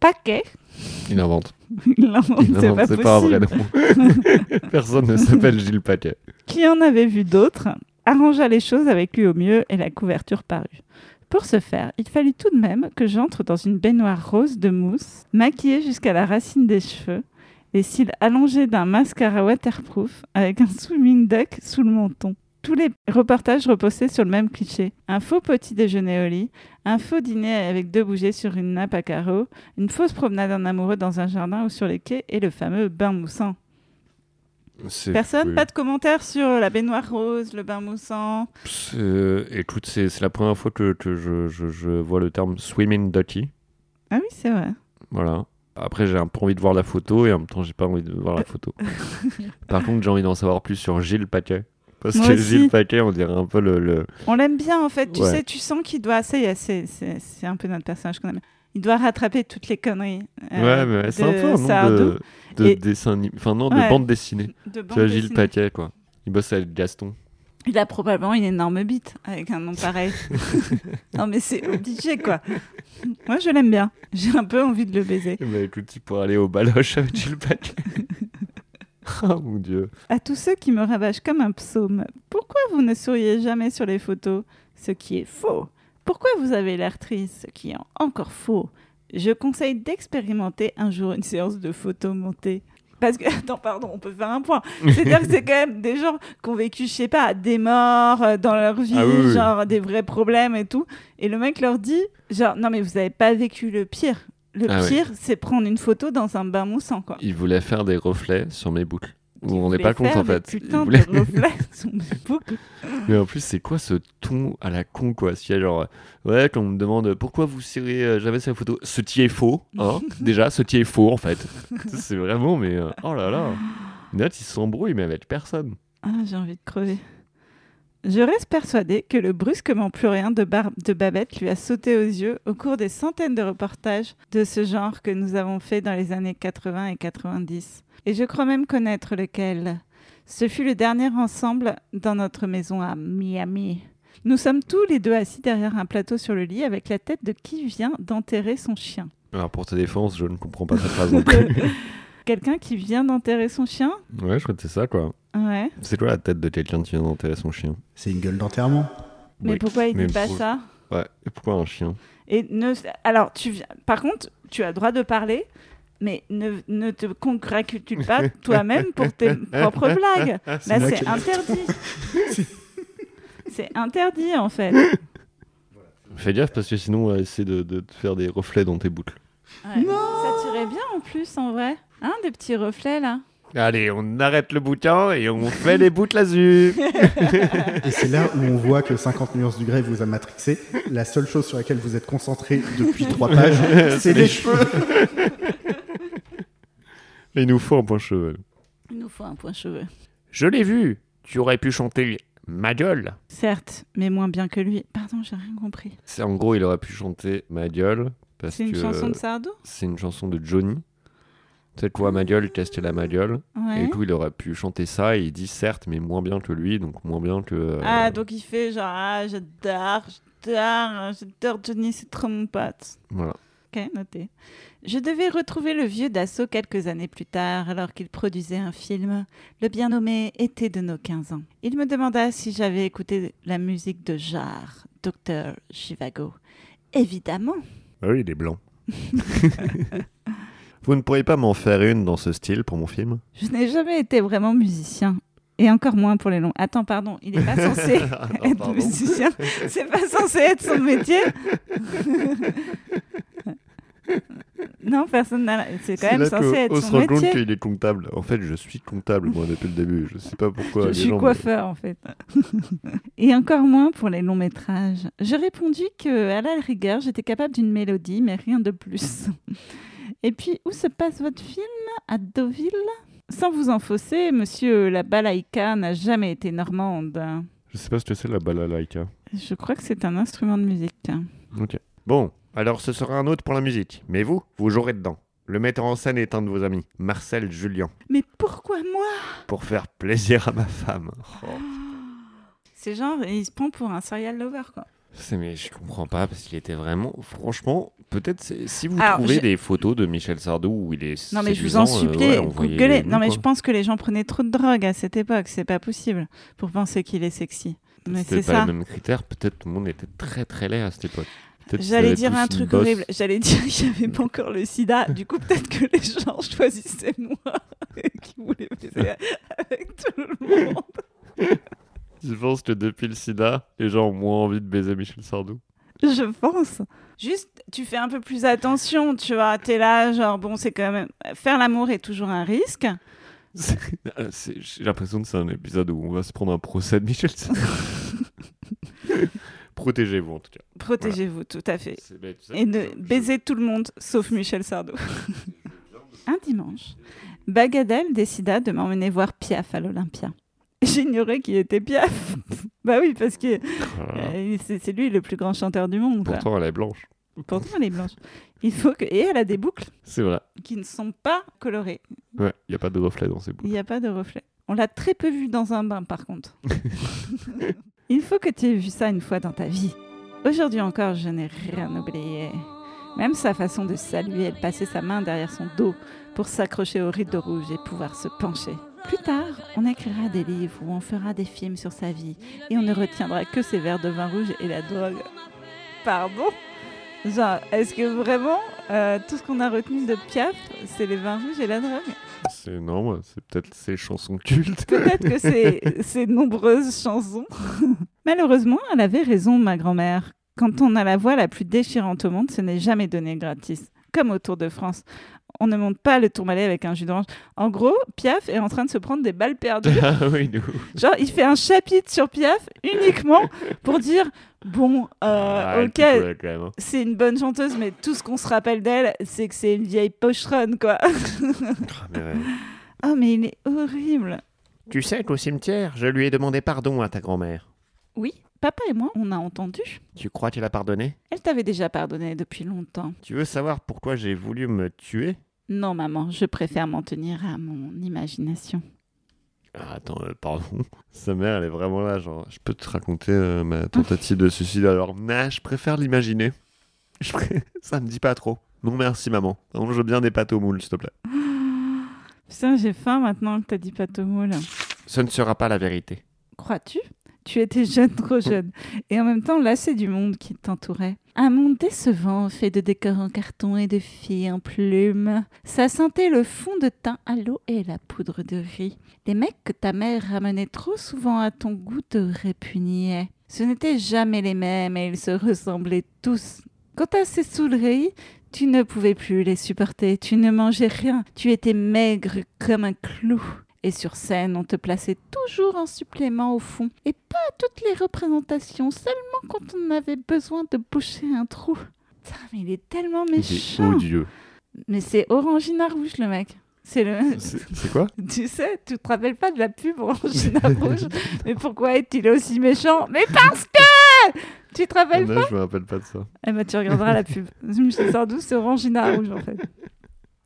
[SPEAKER 2] Paquet,
[SPEAKER 7] Il invente.
[SPEAKER 2] il invente,
[SPEAKER 7] Il
[SPEAKER 2] c'est
[SPEAKER 7] invente,
[SPEAKER 2] pas
[SPEAKER 7] c'est pas un vrai
[SPEAKER 2] possible,
[SPEAKER 7] nom. Personne ne s'appelle Gilles Paquet.
[SPEAKER 2] qui en avait vu d'autres, arrangea les choses avec lui au mieux et la couverture parut. Pour ce faire, il fallut tout de même que j'entre dans une baignoire rose de mousse, maquillée jusqu'à la racine des cheveux, les cils allongés d'un mascara waterproof avec un swimming duck sous le menton. Tous les reportages reposaient sur le même cliché. Un faux petit déjeuner au lit, un faux dîner avec deux bougies sur une nappe à carreaux, une fausse promenade en amoureux dans un jardin ou sur les quais et le fameux bain moussant.
[SPEAKER 7] C'est-
[SPEAKER 2] Personne,
[SPEAKER 7] oui.
[SPEAKER 2] pas de commentaires sur euh, la baignoire rose, le bain moussant.
[SPEAKER 7] Euh, écoute, c'est c'est la première fois que, que je, je- je vois le terme swimming ducky.
[SPEAKER 2] Ah oui, c'est vrai.
[SPEAKER 7] Voilà. Après, j'ai un peu envie de voir la photo et en même temps, j'ai pas envie de voir la photo. Par contre, j'ai envie d'en savoir plus sur Gilles Paquet. Parce
[SPEAKER 2] Moi
[SPEAKER 7] que
[SPEAKER 2] aussi.
[SPEAKER 7] Gilles Paquet, on dirait un peu le. le-
[SPEAKER 2] On l'aime bien en fait, tu
[SPEAKER 7] Ouais.
[SPEAKER 2] sais, tu sens qu'il doit. Ça y est, c'est- c'est c'est un peu notre personnage qu'on aime. Il doit rattraper toutes les conneries. euh,
[SPEAKER 7] ouais, mais c'est
[SPEAKER 2] de
[SPEAKER 7] un peu un nom
[SPEAKER 2] Sardou,
[SPEAKER 7] de, de
[SPEAKER 2] Et-
[SPEAKER 7] dessin anim- Enfin, non,
[SPEAKER 2] Ouais.
[SPEAKER 7] de bande dessinée.
[SPEAKER 2] de bande
[SPEAKER 7] Tu vois, Gilles
[SPEAKER 2] dessinée.
[SPEAKER 7] Paquet, quoi. Il bosse avec Gaston.
[SPEAKER 2] Il a probablement une énorme bite avec un nom pareil. non, mais c'est obligé quoi. Moi, je l'aime bien. J'ai un peu envie de le baiser.
[SPEAKER 7] Eh ben, écoute, il pourrait aller au baloche avec Gilles Paquet. oh mon dieu.
[SPEAKER 2] À tous ceux qui me ravagent comme un psaume, pourquoi vous ne souriez jamais sur les photos Ce qui est faux. Pourquoi vous avez l'air triste Ce qui est encore faux. Je conseille d'expérimenter un jour une séance de photos montées. Parce que, attends, pardon, on peut faire un point. C'est-à-dire que c'est quand même des gens qui ont vécu, je sais pas, des morts euh, dans leur vie,
[SPEAKER 7] Ah oui, oui.
[SPEAKER 2] genre des vrais problèmes et tout. Et le mec leur dit, genre, non mais vous avez pas vécu le pire. Le
[SPEAKER 7] Ah oui.
[SPEAKER 2] pire, c'est prendre une photo dans un bain moussant, quoi.
[SPEAKER 7] Il voulait faire des reflets sur mes boucles.
[SPEAKER 2] Il
[SPEAKER 7] On n'est
[SPEAKER 2] voulait
[SPEAKER 7] pas contre
[SPEAKER 2] faire
[SPEAKER 7] en
[SPEAKER 2] des
[SPEAKER 7] fait. Il
[SPEAKER 2] putains
[SPEAKER 7] voulait-
[SPEAKER 2] de reflets sur mes boucles.
[SPEAKER 7] Mais en plus, c'est quoi ce ton à la con quoi Si genre, euh, ouais, quand on me demande euh, pourquoi vous serrez euh, jamais sur la photo, ce qui est faux, hein Déjà, ce qui est faux en fait. c'est vraiment, mais euh, oh là là. Net, il s'embrouille, mais avec personne.
[SPEAKER 2] Ah, j'ai envie de crever. Je reste persuadée que le brusquement plus rien de, Bar- de Babette lui a sauté aux yeux au cours des centaines de reportages de ce genre que nous avons fait dans les années 80 et 90. Et je crois même connaître lequel. Ce fut le dernier ensemble dans notre maison à Miami. Nous sommes tous les deux assis derrière un plateau sur le lit avec la tête de qui vient d'enterrer son chien.
[SPEAKER 7] Alors Ah, pour ta défense, je ne comprends pas ta phrase non plus.
[SPEAKER 2] Quelqu'un qui vient d'enterrer son chien
[SPEAKER 7] ouais, je crois que c'est ça quoi.
[SPEAKER 2] Ouais.
[SPEAKER 7] C'est quoi la tête de quelqu'un qui vient d'enterrer son chien
[SPEAKER 8] C'est une gueule d'enterrement.
[SPEAKER 2] Mais
[SPEAKER 7] Oui.
[SPEAKER 2] pourquoi il
[SPEAKER 7] Mais
[SPEAKER 2] dit pas
[SPEAKER 7] pour-
[SPEAKER 2] ça
[SPEAKER 7] Ouais, et pourquoi un chien
[SPEAKER 2] Et ne, alors, tu, viens- par contre, tu as le droit de parler, mais ne, ne te congratule pas toi-même pour tes propres blagues.
[SPEAKER 7] Ah,
[SPEAKER 2] Là,
[SPEAKER 8] moi
[SPEAKER 2] Ah, c'est
[SPEAKER 8] qui-
[SPEAKER 2] interdit. c'est interdit, en fait.
[SPEAKER 7] Fais gaffe parce que sinon, on va essayer de, de te faire des reflets dans tes boucles.
[SPEAKER 2] Ouais. Ça tirait bien, en plus, en vrai. Hein, des petits reflets, là.
[SPEAKER 7] Allez, on arrête le bouquin et on fait les bouts là-dessus.
[SPEAKER 8] Et c'est là où on voit que 50 nuances du grey vous a matrixé. La seule chose sur laquelle vous êtes concentré depuis trois pages, c'est les cheveux.
[SPEAKER 7] Il nous faut un point cheveux.
[SPEAKER 2] Il nous faut un point cheveux.
[SPEAKER 5] Je l'ai vu. Tu aurais pu chanter ma gueule.
[SPEAKER 2] Certes, mais moins bien que lui. Pardon, j'ai rien compris.
[SPEAKER 7] C'est en gros, il aurait pu chanter Ma gueule parce
[SPEAKER 2] C'est une
[SPEAKER 7] que
[SPEAKER 2] chanson de Sardou
[SPEAKER 7] c'est une chanson de Johnny. Tu sais quoi, Ma gueule, qu'est-ce qu'elle a ma gueule Et
[SPEAKER 2] Ouais.
[SPEAKER 7] du coup, il aurait pu chanter ça et il dit certes, mais moins bien que lui, donc moins bien que. euh,
[SPEAKER 2] Ah, donc il fait genre, ah, j'adore, j'adore, j'adore Johnny, c'est trop mon pote.
[SPEAKER 7] Voilà.
[SPEAKER 2] Ok, noté. Je devais retrouver le vieux d'assaut quelques années plus tard, alors qu'il produisait un film, le bien nommé Été de nos 15 ans. Il me demanda si j'avais écouté la musique de Jarre, Docteur Chivago. Évidemment.
[SPEAKER 7] Ah oui, il est blanc. Vous ne pourriez pas m'en faire une dans ce style pour mon film
[SPEAKER 2] Je n'ai jamais été vraiment musicien. Et encore moins pour les longs. Attends, pardon, il n'est pas censé
[SPEAKER 7] Ah, non,
[SPEAKER 2] être
[SPEAKER 7] pardon.
[SPEAKER 2] musicien. C'est pas censé être son métier. non, personne n'a. C'est quand
[SPEAKER 7] C'est
[SPEAKER 2] même
[SPEAKER 7] là
[SPEAKER 2] censé
[SPEAKER 7] que
[SPEAKER 2] être
[SPEAKER 7] on se
[SPEAKER 2] son
[SPEAKER 7] rend compte
[SPEAKER 2] métier.
[SPEAKER 7] qu'il est comptable. En fait, je suis comptable, moi, depuis le début. Je sais pas pourquoi.
[SPEAKER 2] Je
[SPEAKER 7] les
[SPEAKER 2] suis
[SPEAKER 7] gens me-
[SPEAKER 2] coiffeur en fait. Et encore moins pour les longs métrages. J'ai répondu que à la rigueur, j'étais capable d'une mélodie, mais rien de plus. Et puis, où se passe votre film À Deauville Sans vous enfoncer, monsieur, la balaïka n'a jamais été normande.
[SPEAKER 7] Je sais pas ce que c'est la balalaïka.
[SPEAKER 2] Je crois que c'est un instrument de musique.
[SPEAKER 7] Ok. Bon, alors ce sera un autre pour la musique. Mais vous, vous jouerez dedans. Le metteur en scène est un de vos amis, Marcel Julien,
[SPEAKER 2] Mais pourquoi moi
[SPEAKER 7] pour faire plaisir à ma femme.
[SPEAKER 2] C'est genre, il se prend pour un serial lover quoi.
[SPEAKER 7] C'est mais je comprends pas parce qu'il était vraiment franchement peut-être c'est- si vous
[SPEAKER 2] Alors,
[SPEAKER 7] trouvez
[SPEAKER 2] je-
[SPEAKER 7] des photos de Michel Sardou où il est
[SPEAKER 2] Non mais je vous
[SPEAKER 7] séduisant,
[SPEAKER 2] en
[SPEAKER 7] euh,
[SPEAKER 2] supplie,
[SPEAKER 7] ouais,
[SPEAKER 2] googlez.
[SPEAKER 7] envoyez-le
[SPEAKER 2] Non
[SPEAKER 7] nous,
[SPEAKER 2] mais
[SPEAKER 7] quoi.
[SPEAKER 2] je pense que les gens prenaient trop de drogue à cette époque, c'est pas possible pour penser qu'il est sexy. Mais
[SPEAKER 7] C'était
[SPEAKER 2] c'est
[SPEAKER 7] pas
[SPEAKER 2] ça.
[SPEAKER 7] les mêmes critères, peut-être tout le monde était très très laid à cette époque. Peut-être qu'ils
[SPEAKER 2] J'allais
[SPEAKER 7] avaient
[SPEAKER 2] dire
[SPEAKER 7] tous
[SPEAKER 2] un
[SPEAKER 7] une
[SPEAKER 2] truc
[SPEAKER 7] bosse. Mm.
[SPEAKER 2] horrible. J'allais dire qu'il n'y avait pas encore le sida. Du coup, peut-être que les gens choisissaient moi qui voulaient baiser avec tout le monde.
[SPEAKER 7] Je pense que depuis le sida, les gens ont moins envie de baiser Michel Sardou.
[SPEAKER 2] Je pense. Juste, tu fais un peu plus attention, tu vois. T'es là, genre, bon, c'est quand même. Faire l'amour est toujours un risque.
[SPEAKER 7] Euh, c'est- J'ai l'impression que c'est un épisode où on va se prendre un procès de Michel Sardou. Protégez-vous en tout cas.
[SPEAKER 2] Protégez-vous, tout à fait.
[SPEAKER 7] C'est bête, ça.
[SPEAKER 2] Et de baiser tout le monde, sauf Michel Sardou. Un dimanche, Bagadel décida de m'emmener voir Piaf à l'Olympia. J'ignorais qu'il était Piaf. bah oui, parce que
[SPEAKER 7] Voilà.
[SPEAKER 2] euh, c'est c'est lui le plus grand chanteur du monde. quoi.
[SPEAKER 7] Pourtant, elle est blanche.
[SPEAKER 2] Pourtant, elle est blanche. Il faut que... Et elle a des boucles
[SPEAKER 7] C'est vrai.
[SPEAKER 2] qui ne sont pas colorées.
[SPEAKER 7] Ouais, il n'y a pas de reflet dans ses bouts.
[SPEAKER 2] Il n'y a pas de reflet. On l'a très peu vu dans un bain, par contre. Il faut que tu aies vu ça une fois dans ta vie. Aujourd'hui encore, je n'ai rien oublié. Même sa façon de saluer, elle passait sa main derrière son dos pour s'accrocher au rideau rouge et pouvoir se pencher. Plus tard, on écrira des livres ou on fera des films sur sa vie et on ne retiendra que ses verres de vin rouge et la drogue. Pardon Genre, est-ce que vraiment euh, tout ce qu'on a retenu de Piaf, c'est les vins rouges et la drogue
[SPEAKER 7] C'est énorme. C'est peut-être ses chansons cultes.
[SPEAKER 2] Peut-être que c'est ces nombreuses chansons. Malheureusement, elle avait raison, ma grand-mère. Quand on a la voix la plus déchirante au monde, ce n'est jamais donné gratis. Comme au Tour de France. On ne monte pas le tourmalet avec un jus d'orange. En gros, Piaf est en train de se prendre des balles perdues.
[SPEAKER 7] ah oui, nous.
[SPEAKER 2] Genre, il fait un chapitre sur Piaf uniquement pour dire Bon,
[SPEAKER 7] Ah,
[SPEAKER 2] euh, ok,
[SPEAKER 7] quand même. hein.
[SPEAKER 2] c'est une bonne chanteuse, mais tout ce qu'on se rappelle d'elle, c'est que c'est une vieille pocheronne, quoi.
[SPEAKER 7] Ah, mais ouais.
[SPEAKER 2] Oh, mais il est horrible.
[SPEAKER 5] Tu sais qu'au cimetière, je lui ai demandé pardon à ta grand-mère.
[SPEAKER 2] Oui, papa et moi, on a entendu.
[SPEAKER 5] Tu crois qu'elle a pardonné
[SPEAKER 2] Elle t'avait déjà pardonné depuis longtemps.
[SPEAKER 7] Tu veux savoir pourquoi j'ai voulu me tuer
[SPEAKER 2] Non, maman, je préfère m'en tenir à mon imagination.
[SPEAKER 7] Ah, Attends, euh, pardon. Sa mère, elle est vraiment là, genre, je peux te raconter euh, ma tentative de suicide. Alors, nah, je préfère l'imaginer. Je pré- Ça me dit pas trop. Non, merci, maman. Non, je veux bien des pâtes au moule, s'il te plaît.
[SPEAKER 2] Putain, j'ai faim maintenant que t'as dit pâte au moule.
[SPEAKER 7] Ce ne sera pas la vérité.
[SPEAKER 2] Crois-tu Tu étais jeune, trop jeune, et en même temps lassé du monde qui t'entourait. Un monde décevant, fait de décors en carton et de filles en plumes. Ça sentait le fond de teint à l'eau et la poudre de riz. Les mecs que ta mère ramenait trop souvent à ton goût te répugnaient. Ce n'étaient jamais les mêmes et ils se ressemblaient tous. Quant à ces souleries, Tu ne pouvais plus les supporter, tu ne mangeais rien, tu étais maigre comme un clou. Et sur scène, on te plaçait toujours un supplément au fond, et pas à toutes les représentations, seulement quand on avait besoin de boucher un trou. Putain, mais il est tellement
[SPEAKER 7] C'est
[SPEAKER 2] méchant.
[SPEAKER 7] odieux.
[SPEAKER 2] Mais c'est Orangina Rouge, le mec. C'est le...
[SPEAKER 7] C'est c'est quoi
[SPEAKER 2] Tu sais, tu te rappelles pas de la pub Orangina Rouge Mais pourquoi est-il aussi méchant Mais parce que Tu te rappelles
[SPEAKER 7] Ah, Je me rappelle pas de ça.
[SPEAKER 2] eh ben, tu regarderas la pub. Michel Sardou, c'est Orangina Rouge, en fait.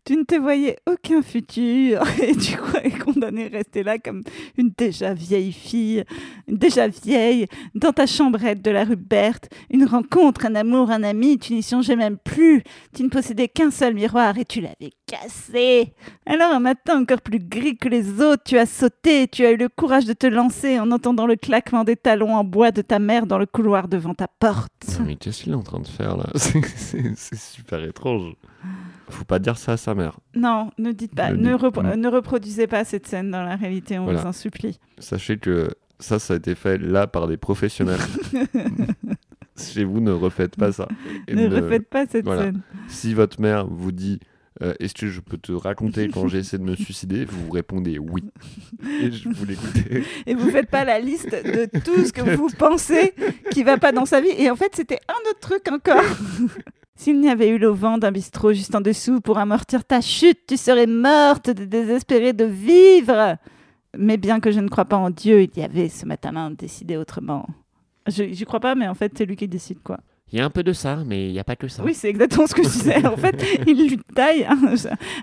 [SPEAKER 2] Tu ne te voyais aucun futur et tu croyais condamné à rester là comme une déjà vieille fille, une déjà vieille, dans ta chambrette de la rue Berthe. Une rencontre, un amour, un ami, tu n'y songeais même plus. Tu ne possédais qu'un seul miroir et tu l'avais cassé. Alors un matin encore plus gris que les autres, tu as sauté, tu as eu le courage de te lancer en entendant le claquement des talons en bois de ta mère dans le couloir devant ta porte.
[SPEAKER 7] Non, mais qu'est-ce qu'il est en train de faire là C'est- C'est c'est super étrange. Faut pas dire ça à sa mère.
[SPEAKER 2] Non, ne dites pas,
[SPEAKER 7] Ne
[SPEAKER 2] ne,
[SPEAKER 7] dites-
[SPEAKER 2] repro-
[SPEAKER 7] non.
[SPEAKER 2] euh, ne reproduisez pas cette scène dans la réalité, on
[SPEAKER 7] Voilà.
[SPEAKER 2] vous en supplie.
[SPEAKER 7] Sachez que ça, ça a été fait là par des professionnels. Chez vous, ne refaites pas ça. Et
[SPEAKER 2] ne
[SPEAKER 7] ne-
[SPEAKER 2] refaites pas cette
[SPEAKER 7] voilà.
[SPEAKER 2] scène.
[SPEAKER 7] Si votre mère vous dit euh, Est-ce que je peux te raconter quand j'ai essayé de me suicider Vous répondez oui. Et je vous l'écoutez.
[SPEAKER 2] Et vous faites pas la liste de tout ce que vous pensez qui va pas dans sa vie. Et en fait, c'était un autre truc encore. S'il n'y avait eu l'auvent d'un bistrot juste en dessous pour amortir ta chute, tu serais morte de désespérer de vivre. Mais bien que je ne crois pas en Dieu, il y avait ce matin-là décidé autrement. Je j'y crois pas, mais en fait, c'est lui qui décide quoi.
[SPEAKER 5] Il y a un peu de ça, mais il n'y a pas que ça.
[SPEAKER 2] Oui, c'est exactement ce que je disais. En fait, il lui taille un,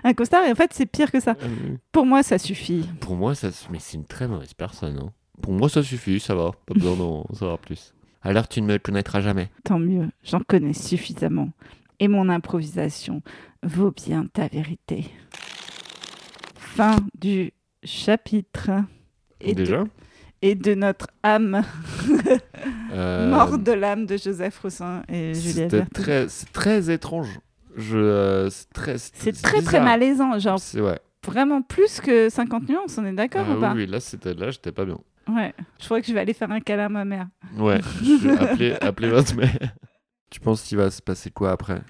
[SPEAKER 2] un costard et en fait, c'est pire que ça. Pour moi, ça suffit.
[SPEAKER 7] Pour moi, ça. se- Mais c'est une très mauvaise personne. hein. Pour moi, ça suffit, ça va. Pas besoin d'en savoir plus. Alors tu ne me connaîtras jamais.
[SPEAKER 2] Tant mieux, j'en connais suffisamment. Et mon improvisation vaut bien ta vérité. Fin du chapitre. Et de,
[SPEAKER 7] Déjà
[SPEAKER 2] et de notre âme,
[SPEAKER 7] Euh,
[SPEAKER 2] mort de l'âme de Joseph Roussin et Juliette
[SPEAKER 7] C'était
[SPEAKER 2] Berthoud.
[SPEAKER 7] très, c'est très étrange. Je, euh, c'est très,
[SPEAKER 2] C'est très très
[SPEAKER 7] bizarre.
[SPEAKER 2] malaisant, genre
[SPEAKER 7] C'est ouais.
[SPEAKER 2] vraiment plus que 50 nuances, on est d'accord
[SPEAKER 7] Ah
[SPEAKER 2] ou pas
[SPEAKER 7] oui, oui, là c'était, là j'étais pas bien.
[SPEAKER 2] Ouais, je crois que je vais aller faire un câlin à ma mère.
[SPEAKER 7] Ouais. je vais appeler, appeler votre mère. Tu penses qu'il va se passer quoi après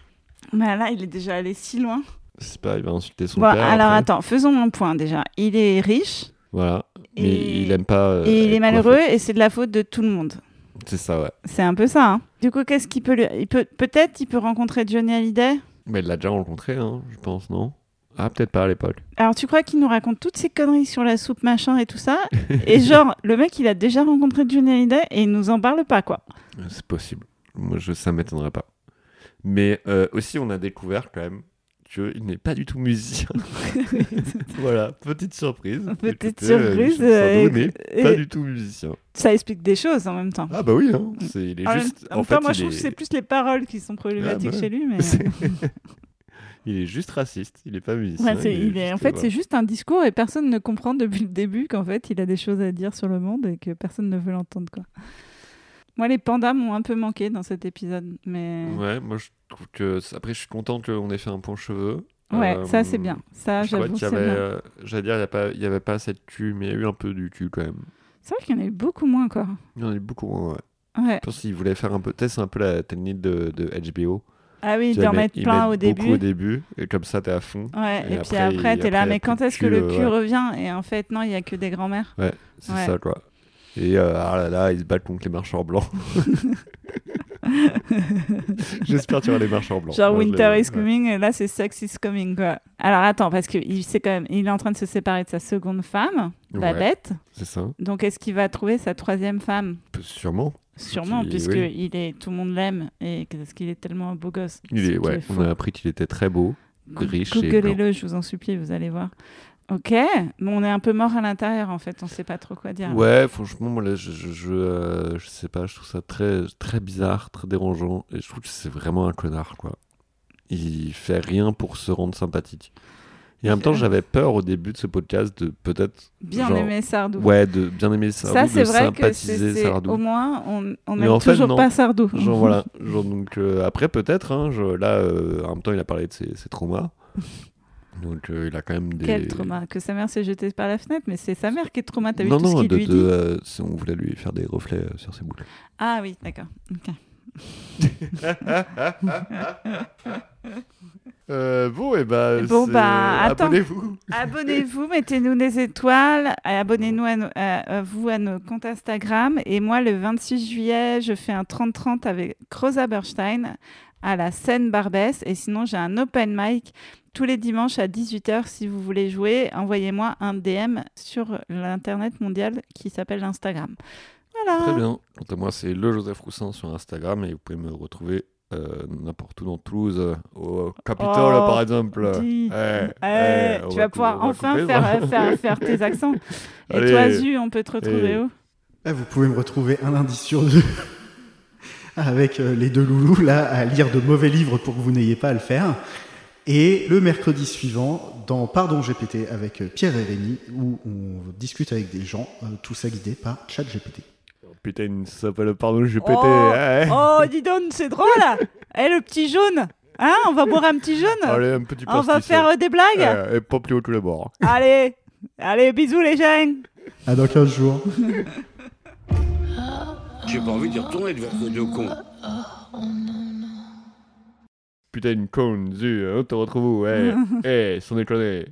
[SPEAKER 2] Mais là, il est déjà allé si loin.
[SPEAKER 7] C'est pas, il va insulter son
[SPEAKER 2] Bon,
[SPEAKER 7] père.
[SPEAKER 2] alors
[SPEAKER 7] après.
[SPEAKER 2] attends, faisons un point déjà. Il est riche
[SPEAKER 7] Voilà. Mais
[SPEAKER 2] Et-
[SPEAKER 7] il aime pas. euh,
[SPEAKER 2] et il
[SPEAKER 7] être
[SPEAKER 2] est malheureux et c'est de la faute de tout le monde.
[SPEAKER 7] coiffé. C'est ça, ouais.
[SPEAKER 2] C'est un peu ça. hein. Du coup, qu'est-ce qu'il peut lui. il peut- Peut-être il peut rencontrer Johnny Hallyday
[SPEAKER 7] Mais il l'a déjà rencontré, hein, je pense, non Ah, peut-être pas à l'époque.
[SPEAKER 2] Alors tu crois qu'il nous raconte toutes ces conneries sur la soupe machin et tout ça Et genre, le mec il a déjà rencontré Johnny Hallyday et il nous en parle pas quoi.
[SPEAKER 7] C'est possible. Moi, je, ça m'étonnerait pas. Mais euh, aussi, on a découvert quand même qu'il n'est pas du tout musicien. voilà, petite surprise.
[SPEAKER 2] Petite
[SPEAKER 7] Écoutez, euh,
[SPEAKER 2] surprise,
[SPEAKER 7] Michel Sardou
[SPEAKER 2] euh,
[SPEAKER 7] n'est
[SPEAKER 2] et-
[SPEAKER 7] pas du tout musicien.
[SPEAKER 2] Ça explique des choses en même temps.
[SPEAKER 7] Ah bah oui, hein. C'est, il est
[SPEAKER 2] En même-
[SPEAKER 7] juste.
[SPEAKER 2] en
[SPEAKER 7] en
[SPEAKER 2] même temps,
[SPEAKER 7] fait,
[SPEAKER 2] moi
[SPEAKER 7] il
[SPEAKER 2] je trouve
[SPEAKER 7] est-
[SPEAKER 2] que c'est plus les paroles qui sont problématiques
[SPEAKER 7] bah ouais.
[SPEAKER 2] chez lui. Mais... euh,
[SPEAKER 7] c'est- il est juste raciste. Il est pas musicien.
[SPEAKER 2] Ouais, c'est- il est- en
[SPEAKER 7] juste- euh,
[SPEAKER 2] fait,
[SPEAKER 7] voilà.
[SPEAKER 2] c'est juste un discours et personne ne comprend depuis le début qu'en fait, il a des choses à dire sur le monde et que personne ne veut l'entendre. quoi. Moi, les pandas m'ont un peu manqué dans cet épisode, mais
[SPEAKER 7] Ouais, moi je trouve que. c'est- Après, je suis content qu'on ait fait un point cheveux.
[SPEAKER 2] ouais,
[SPEAKER 7] Euh,
[SPEAKER 2] ça c'est bien. Ça,
[SPEAKER 7] je crois
[SPEAKER 2] j'avoue,
[SPEAKER 7] qu'il y
[SPEAKER 2] c'est
[SPEAKER 7] avait.
[SPEAKER 2] bien.
[SPEAKER 7] euh, J'allais dire, il y a pas- il y avait pas assez de cul, mais il y a eu un peu du cul quand même.
[SPEAKER 2] C'est vrai qu'il y en a eu beaucoup moins encore.
[SPEAKER 7] Il y en a eu beaucoup moins, ouais.
[SPEAKER 2] Ouais.
[SPEAKER 7] Je pense qu'ils voulaient faire un peu. Peut-être c'est un peu la technique de, de HBO.
[SPEAKER 2] Ah oui,
[SPEAKER 7] Tu
[SPEAKER 2] d'en
[SPEAKER 7] vois, mais
[SPEAKER 2] mettre
[SPEAKER 7] ils
[SPEAKER 2] plein
[SPEAKER 7] mettent
[SPEAKER 2] au
[SPEAKER 7] beaucoup
[SPEAKER 2] début.
[SPEAKER 7] au début, et comme ça, t'es à fond.
[SPEAKER 2] Ouais, et,
[SPEAKER 7] Et
[SPEAKER 2] puis
[SPEAKER 7] après,
[SPEAKER 2] après,
[SPEAKER 7] il-
[SPEAKER 2] t'es là,
[SPEAKER 7] après,
[SPEAKER 2] mais
[SPEAKER 7] il y a
[SPEAKER 2] quand
[SPEAKER 7] plus de
[SPEAKER 2] est-ce que le
[SPEAKER 7] cul, euh,
[SPEAKER 2] cul
[SPEAKER 7] ouais.
[SPEAKER 2] revient Et en fait, non, il y a que des grands-mères.
[SPEAKER 7] C'est
[SPEAKER 2] Ouais.
[SPEAKER 7] ça, quoi. Et euh, ah là là, ils se battent contre les marcheurs blancs. J'espère tu vois les marcheurs blancs.
[SPEAKER 2] Genre
[SPEAKER 7] Moi, je
[SPEAKER 2] Winter
[SPEAKER 7] les-
[SPEAKER 2] is coming, et là c'est Sex is coming quoi. Alors attends, parce qu'il quand même, il est en train de se séparer de sa seconde femme,
[SPEAKER 7] Ouais.
[SPEAKER 2] Babette.
[SPEAKER 7] C'est ça,
[SPEAKER 2] Donc est-ce qu'il va trouver sa troisième femme
[SPEAKER 7] Peu- sûrement.
[SPEAKER 2] Sûrement,
[SPEAKER 7] Oui,
[SPEAKER 2] puisque
[SPEAKER 7] oui.
[SPEAKER 2] il est, tout le monde l'aime et que- parce qu'il est tellement un beau gosse.
[SPEAKER 7] Il
[SPEAKER 2] Ce
[SPEAKER 7] est,
[SPEAKER 2] qui
[SPEAKER 7] ouais,
[SPEAKER 2] faux.
[SPEAKER 7] on a appris qu'il était très beau.
[SPEAKER 2] Gou-
[SPEAKER 7] riche et
[SPEAKER 2] Googlez-le, je vous en supplie, vous allez voir. Ok, mais on est un peu mort à l'intérieur en fait, on sait pas trop quoi dire.
[SPEAKER 7] Ouais, franchement, moi, là, je, je, je, euh, je sais pas, je trouve ça très, très bizarre, très dérangeant. Et je trouve que c'est vraiment un connard, quoi. Il fait rien pour se rendre sympathique. Et en même temps, j'avais peur au début de ce podcast de peut-être.
[SPEAKER 2] Bien
[SPEAKER 7] genre,
[SPEAKER 2] aimé Sardou.
[SPEAKER 7] Ouais, de bien aimer Sardou,
[SPEAKER 2] Ça
[SPEAKER 7] de
[SPEAKER 2] c'est vrai que c'est-
[SPEAKER 7] sympathiser
[SPEAKER 2] c'est
[SPEAKER 7] Sardou.
[SPEAKER 2] au moins on on
[SPEAKER 7] Mais
[SPEAKER 2] n'aime
[SPEAKER 7] en fait,
[SPEAKER 2] toujours
[SPEAKER 7] non.
[SPEAKER 2] pas Sardou.
[SPEAKER 7] Genre voilà, genre donc euh, après peut-être, hein, je- là euh, en même temps il a parlé de ses, ses traumas, donc euh, il a quand même des...
[SPEAKER 2] Quel trauma que sa mère s'est jetée par la fenêtre, mais c'est sa mère qui est traumatisée. T'as vu
[SPEAKER 7] Non,
[SPEAKER 2] tout
[SPEAKER 7] non,
[SPEAKER 2] ce qu'il
[SPEAKER 7] de,
[SPEAKER 2] lui
[SPEAKER 7] de,
[SPEAKER 2] dit
[SPEAKER 7] euh, c'est- on voulait lui faire des reflets euh, sur ses boules.
[SPEAKER 2] Ah oui, d'accord. Ok.
[SPEAKER 7] Euh, bon, et bah.
[SPEAKER 2] Bon,
[SPEAKER 7] c'est-
[SPEAKER 2] bah, attends.
[SPEAKER 7] Abonnez-vous.
[SPEAKER 2] Abonnez-vous, mettez-nous des étoiles, et abonnez-nous à, nos- à- à vous à nos comptes Instagram. Et moi, le 26 juillet, je fais un 30-30 avec Rosa Berstein à la scène Barbès. Et sinon, j'ai un open mic tous les dimanches à 18h. Si vous voulez jouer, envoyez-moi un DM sur l'Internet mondial qui s'appelle Instagram. Voilà.
[SPEAKER 7] Très bien. Quant à moi, c'est le Joseph Roussin sur Instagram et vous pouvez me retrouver euh, n'importe où dans Toulouse, euh, au Capitole
[SPEAKER 2] Oh,
[SPEAKER 7] par exemple.
[SPEAKER 2] dis.
[SPEAKER 7] Eh,
[SPEAKER 2] Ouais,
[SPEAKER 7] eh, on
[SPEAKER 2] Euh, tu
[SPEAKER 7] va
[SPEAKER 2] vas
[SPEAKER 7] cou-
[SPEAKER 2] pouvoir
[SPEAKER 7] on va
[SPEAKER 2] enfin
[SPEAKER 7] couper,
[SPEAKER 2] faire,
[SPEAKER 7] ça.
[SPEAKER 2] euh, faire, faire tes accents. Et
[SPEAKER 7] Allez. Eh,
[SPEAKER 2] toi, Zu, on peut te retrouver
[SPEAKER 7] Et-
[SPEAKER 2] où
[SPEAKER 8] Là, vous pouvez me retrouver un indice sur deux avec euh, les deux loulous là à lire de mauvais livres pour que vous n'ayez pas à le faire. Et le mercredi suivant, dans Pardon GPT avec euh, Pierre et Rémi, où on discute avec des gens, euh, tout ça guidé par ChatGPT.
[SPEAKER 7] Putain, ça s'appelle Pardon, j'ai pété.
[SPEAKER 2] Oh,
[SPEAKER 7] eh, eh.
[SPEAKER 2] Oh, dis donc, c'est drôle Eh, le petit jaune Hein, on va boire un petit jaune
[SPEAKER 7] Allez, un Oh, petit
[SPEAKER 2] On va
[SPEAKER 7] pastis.
[SPEAKER 2] faire euh, des blagues
[SPEAKER 7] Eh, et pas plus haut tous les bords.
[SPEAKER 2] Allez Allez, bisous les gens
[SPEAKER 8] À dans 15 jours.
[SPEAKER 4] J'ai pas envie d'y retourner de, de con.
[SPEAKER 7] Putain, une conne, zu, on te retrouve où Eh, eh, sans déconner.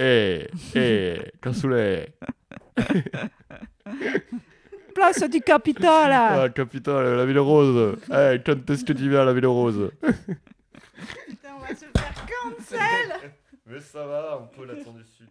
[SPEAKER 7] Eh, eh, cassoulet.
[SPEAKER 2] Place du Capitole
[SPEAKER 7] Ah, capitale, la ville rose. Eh, quand est-ce que tu viens à la ville rose
[SPEAKER 2] Putain, on va se faire cancel
[SPEAKER 7] Mais ça va, on peut l'attendre du sud.